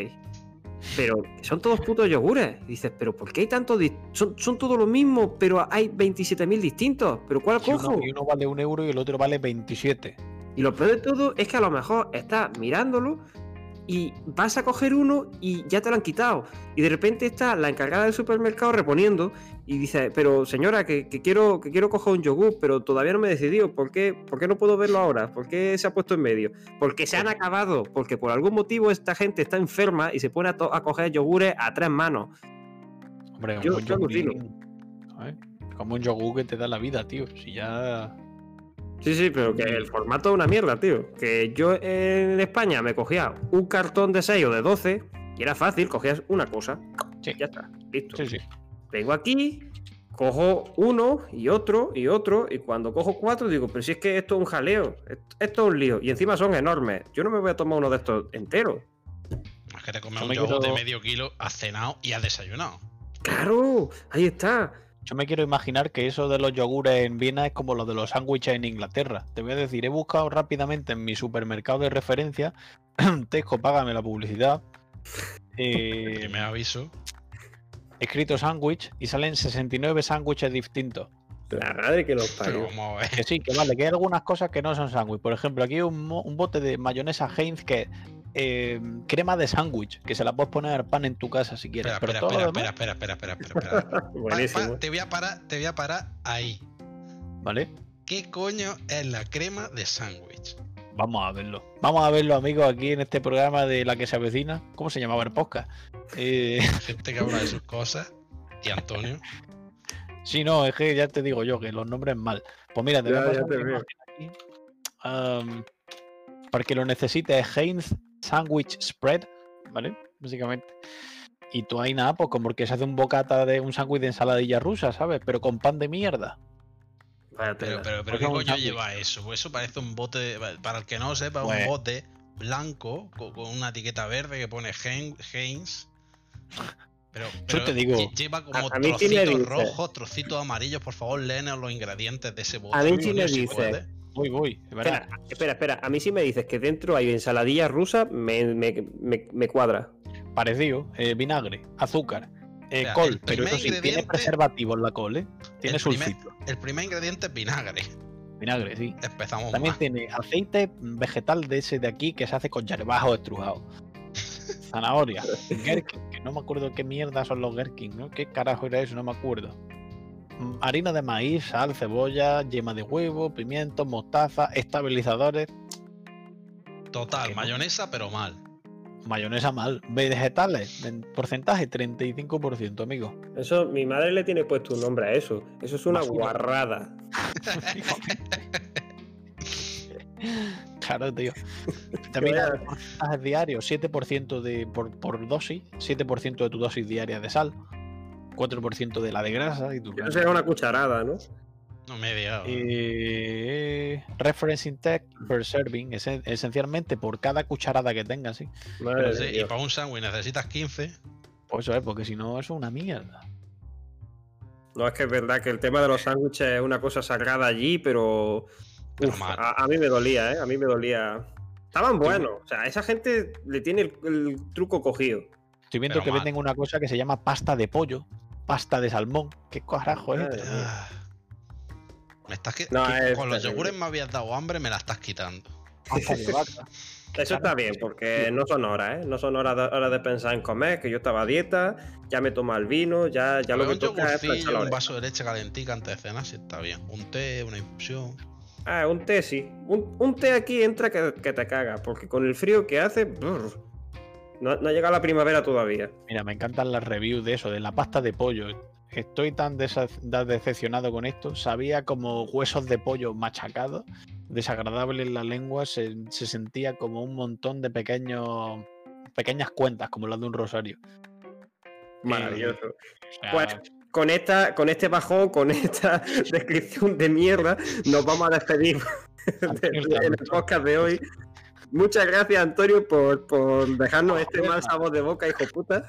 S1: Pero son todos putos yogures. Y dices, pero ¿por qué hay tantos? dis- Son, son todos los mismos, pero hay 27.000 distintos. ¿Pero cuál
S3: y
S1: cojo?
S3: uno, y uno vale un euro y el otro vale 27.
S1: Y lo peor de todo es que a lo mejor estás mirándolo y vas a coger uno y ya te lo han quitado. Y de repente está la encargada del supermercado reponiendo y dice, pero señora, que, que quiero, que quiero coger un yogur, pero todavía no me he decidido. ¿Por qué, ¿Por qué no puedo verlo ahora? ¿Por qué se ha puesto en medio? Porque se han acabado, porque por algún motivo esta gente está enferma y se pone a, to- a coger yogures a tres manos.
S3: Hombre,
S1: Yo-
S3: buen
S1: yo
S3: yogurín, ¿sabes? Como un yogur que te da la vida, tío. Si ya.
S1: Sí, sí, pero que el formato es una mierda, tío. Que yo en España me cogía un cartón de 6 o de 12 y era fácil, cogías una cosa.
S3: Sí.
S1: Ya está, listo.
S3: Sí, sí.
S1: Vengo aquí, cojo uno y otro y otro, y cuando cojo cuatro digo, pero si es que esto es un jaleo, esto, esto es un lío, y encima son enormes. Yo no me voy a tomar uno de estos entero.
S2: Es que te comes
S3: Yo
S2: un
S3: me
S2: yogur de
S3: quiero-
S2: medio kilo, has cenado y has desayunado.
S1: Claro, ahí está.
S3: Yo me quiero imaginar que eso de los yogures en Viena es como lo de los sándwiches en Inglaterra. Te voy a decir, he buscado rápidamente en mi supermercado de referencia. *clears throat* Tesco, págame
S1: *laughs*
S3: la publicidad. eh,
S2: Primer aviso.
S3: escrito sándwich y salen 69 sándwiches distintos.
S1: La madre que los
S2: Pero
S1: parió.
S2: como
S3: *laughs*
S2: ves,
S3: Que sí, que vale, que hay algunas cosas que no son sándwich. Por ejemplo, aquí hay un, mo- un bote de mayonesa Heinz que es eh, crema de sándwich, que se la puedes poner al pan en tu casa si quieres.
S2: espera,
S3: pero
S2: espera,
S3: todo
S2: espera,
S3: lo demás,
S2: espera, espera, espera, espera, espera,
S3: *laughs*
S2: espera. Pa-
S1: Buenísimo.
S2: pa- te voy a parar, te voy a parar ahí.
S3: ¿vale?
S2: ¿Qué coño es la crema de sándwich?
S3: Vamos a verlo. Vamos a verlo, amigos, aquí en este programa de La que se avecina. ¿Cómo se llamaba el podcast? Eh,
S2: Gente que habla de sus cosas. Y Antonio.
S3: sí, no, es que ya te digo yo que los nombres mal. Pues mira, te voy a
S1: Ya, ya
S3: pasar
S1: te
S3: una
S1: veo.
S3: imagen aquí. Am, para que lo necesites, Heinz Sandwich Spread, ¿vale? Básicamente. Y tú ahí nada, pues como que se hace un bocata de un sándwich de ensaladilla rusa, ¿sabes? Pero con pan de mierda.
S1: Vaya
S2: Pero,
S1: tela.
S2: pero, pero ¿qué
S3: Porque es un
S2: coño
S3: sándwich.
S2: lleva eso? Pues eso parece un bote, para el que no lo sepa, un
S3: Pues-
S2: bote blanco co- con, una etiqueta verde que pone Hein- Heinz. Pero, pero
S3: te digo,
S2: lle- lleva como
S1: a- a mí sí me
S2: trocitos
S1: dice.
S2: rojos, trocitos amarillos. Por favor, léenos los ingredientes de ese bote.
S1: A mí sí
S2: coño,
S1: me
S2: si
S1: dice.
S2: puedes.
S3: Voy, voy. de verdad.
S1: Espera, espera, espera. A mí si me dices que dentro hay ensaladilla rusa, me, me- me- me cuadra.
S3: parecido, eh, vinagre, azúcar, eh,
S2: O sea, el
S3: col, pero eso
S2: primer
S3: sí, tiene
S2: ingrediente-
S3: preservativos la col, ¿eh? Tiene
S2: El primer-
S3: sulfito,
S2: El primer ingrediente es vinagre. *laughs*
S3: vinagre, sí.
S2: Empezamos
S3: También
S2: mal.
S3: tiene aceite vegetal de ese de aquí que se hace con yerbajo estrujado. Zanahoria, gherkin, que no me acuerdo qué mierda son los gherkin, ¿no? ¿Qué carajo era eso? No me acuerdo. Mm, Harina de maíz, sal, cebolla, yema de huevo, pimientos, mostaza, estabilizadores,
S2: Total,
S3: que no.
S2: mayonesa, pero mal.
S3: mayonesa mal, vegetales, en porcentaje 35%, amigo.
S1: Eso, mi madre le tiene puesto un nombre a eso. Eso es una
S3: Basura.
S1: guarrada.
S3: Claro, tío. También hay porcentajes diarios, 7% de, por, por dosis, 7% de tu dosis diaria de sal, 4% de la de grasa y tu...
S1: Eso será una cucharada, ¿no?
S2: No me he liado.
S3: Eh, referencing tech per serving, es- esencialmente por cada cucharada que tengas, ¿sí?
S1: Madre
S2: Pero
S1: de
S2: sí, y
S1: Dios.
S2: para un sándwich necesitas 15.
S3: Pues eso es, porque si no, eso es una mierda.
S1: No, es que es verdad que el tema de los sándwiches es una cosa sagrada allí, pero.
S2: Pero
S1: uf,
S2: mal.
S1: a, a mí me dolía, ¿eh? A mí me dolía. Estaban buenos. O sea, esa gente le tiene el, el truco cogido.
S3: Estoy viendo
S2: Pero
S3: que
S2: mal.
S3: venden una cosa que se llama pasta de pollo, pasta de salmón. ¿Qué carajo es?
S1: Madre
S3: esto?
S1: mía.
S2: Ah. Me estás que-
S1: No, este,
S2: que-
S1: es
S2: con los
S1: terrible.
S2: yogures me habías dado hambre, me la estás quitando.
S3: Pasta de vaca.
S1: Eso está bien, porque no son horas, ¿eh? No son horas de, horas de pensar en comer, que yo estaba a dieta, ya me toma el vino, ya, ya lo
S2: Pero
S1: que
S2: un
S1: toca es pensar la
S2: yogurcillo, un
S1: oreja.
S2: vaso de leche calentica antes de cenar, si está bien. Un té, una infusión.
S1: Ah, un té sí. Un, un té aquí entra que, que te caga, porque con el frío que hace. brr, no, no ha llegado la primavera todavía.
S3: Mira, me encantan las reviews de eso, de la pasta de pollo. Estoy tan desa- da- decepcionado con esto. Sabía como huesos de pollo machacados, desagradable en la lengua, se, se sentía como un montón de pequeños pequeñas cuentas, como las de un rosario.
S1: Maravilloso.
S3: O sea,
S1: Pues, con, esta, con este bajón, con esta *laughs* descripción de mierda, nos vamos a despedir *laughs* de- de- en el podcast de hoy. Muchas gracias, Antonio, por, por dejarnos este mal sabor de boca, hijo puta.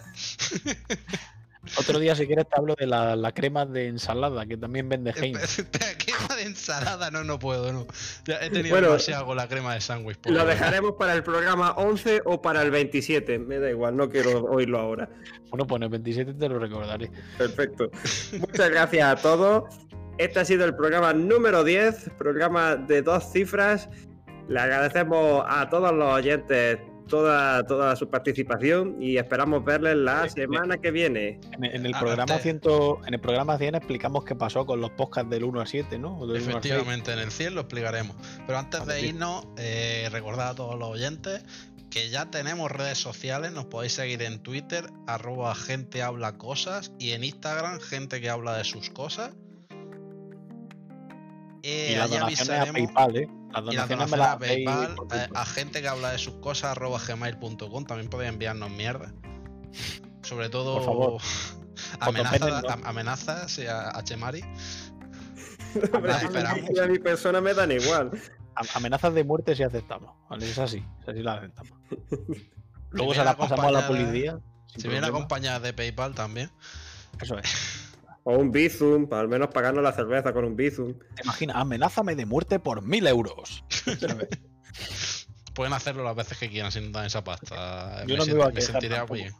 S3: otro día, si quieres, te hablo de la, la crema de ensalada que también
S2: Eh,
S3: vende Heinz.
S2: Espera, crema de ensalada, no, no puedo, no. Ya he tenido
S1: Bueno,
S2: demasiado con la crema de sándwich. por
S1: Lo
S2: favor.
S1: dejaremos para el programa 11 o para el 27. Me da igual, no quiero oírlo ahora.
S3: Bueno, pues en el 27 te lo recordaré.
S1: Perfecto. Muchas gracias a todos. Este ha sido el programa número 10, programa de dos cifras. Le agradecemos a todos los oyentes toda, toda su participación y esperamos verles la
S3: Sí, sí.
S1: semana que viene.
S3: En, en el
S2: Ah,
S3: programa
S2: antes.
S3: 100, en el programa 100 explicamos qué pasó con los podcasts del 1 a 7, ¿no? O del 1 al 6.
S2: Efectivamente, en el 100 lo explicaremos. Pero antes de
S3: Vale.
S2: irnos, eh, recordad a todos los oyentes que ya tenemos redes sociales. Nos podéis seguir en Twitter, arroba gente habla cosas, y en Instagram, gente que habla de sus cosas. Eh,
S3: y las
S2: allí
S3: donaciones a
S2: avisaremos-
S3: PayPal, ¿eh? Las
S2: y las
S3: donaciones
S2: donaciones
S3: me las
S2: a PayPal,
S3: hacéis por
S2: eh,
S3: PayPal.
S2: a gente que habla de sus cosas, arroba gmail.com. También podéis enviarnos mierda. Sobre todo, *laughs*
S3: Por favor.
S2: amenazas,
S3: Fotopenes, no.
S2: am- amenazas sí, a, a Chemari.
S1: Hombre,
S2: Las
S1: a mí,
S2: esperamos.
S1: a mi persona me dan igual.
S3: A- Amenazas de muerte si aceptamos. Vale, es así, es así las aceptamos. Luego se
S2: viene
S3: las pasamos a la
S2: acompañada-
S3: policía. sin
S2: Si viene
S3: problema.
S2: acompañada de PayPal también.
S3: Eso es.
S1: O un bizum, para al menos pagarnos la cerveza con un bizum.
S3: Te imaginas, amenázame de muerte por mil euros. ¿Sabes?
S2: Pueden hacerlo las veces que quieran sin dar esa pasta.
S3: Yo
S2: me
S3: no me
S2: sent-
S3: iba a
S2: me
S3: quejar
S2: sentiré
S3: tampoco.
S2: bien.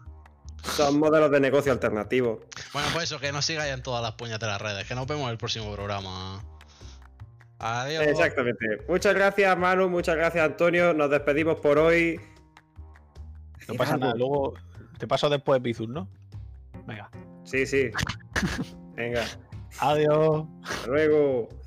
S1: Son modelos de negocio alternativo.
S2: Bueno, pues eso, que nos sigáis en todas las puñeteras redes. Que nos vemos en el próximo programa. Adiós.
S1: Exactamente. Muchas gracias, Manu. Muchas gracias, Antonio. Nos despedimos por hoy.
S2: *laughs*
S3: No pasa nada. Luego te paso después de Bizum, ¿no? Venga.
S1: Sí, sí. Venga,
S3: Adiós.
S1: hasta luego.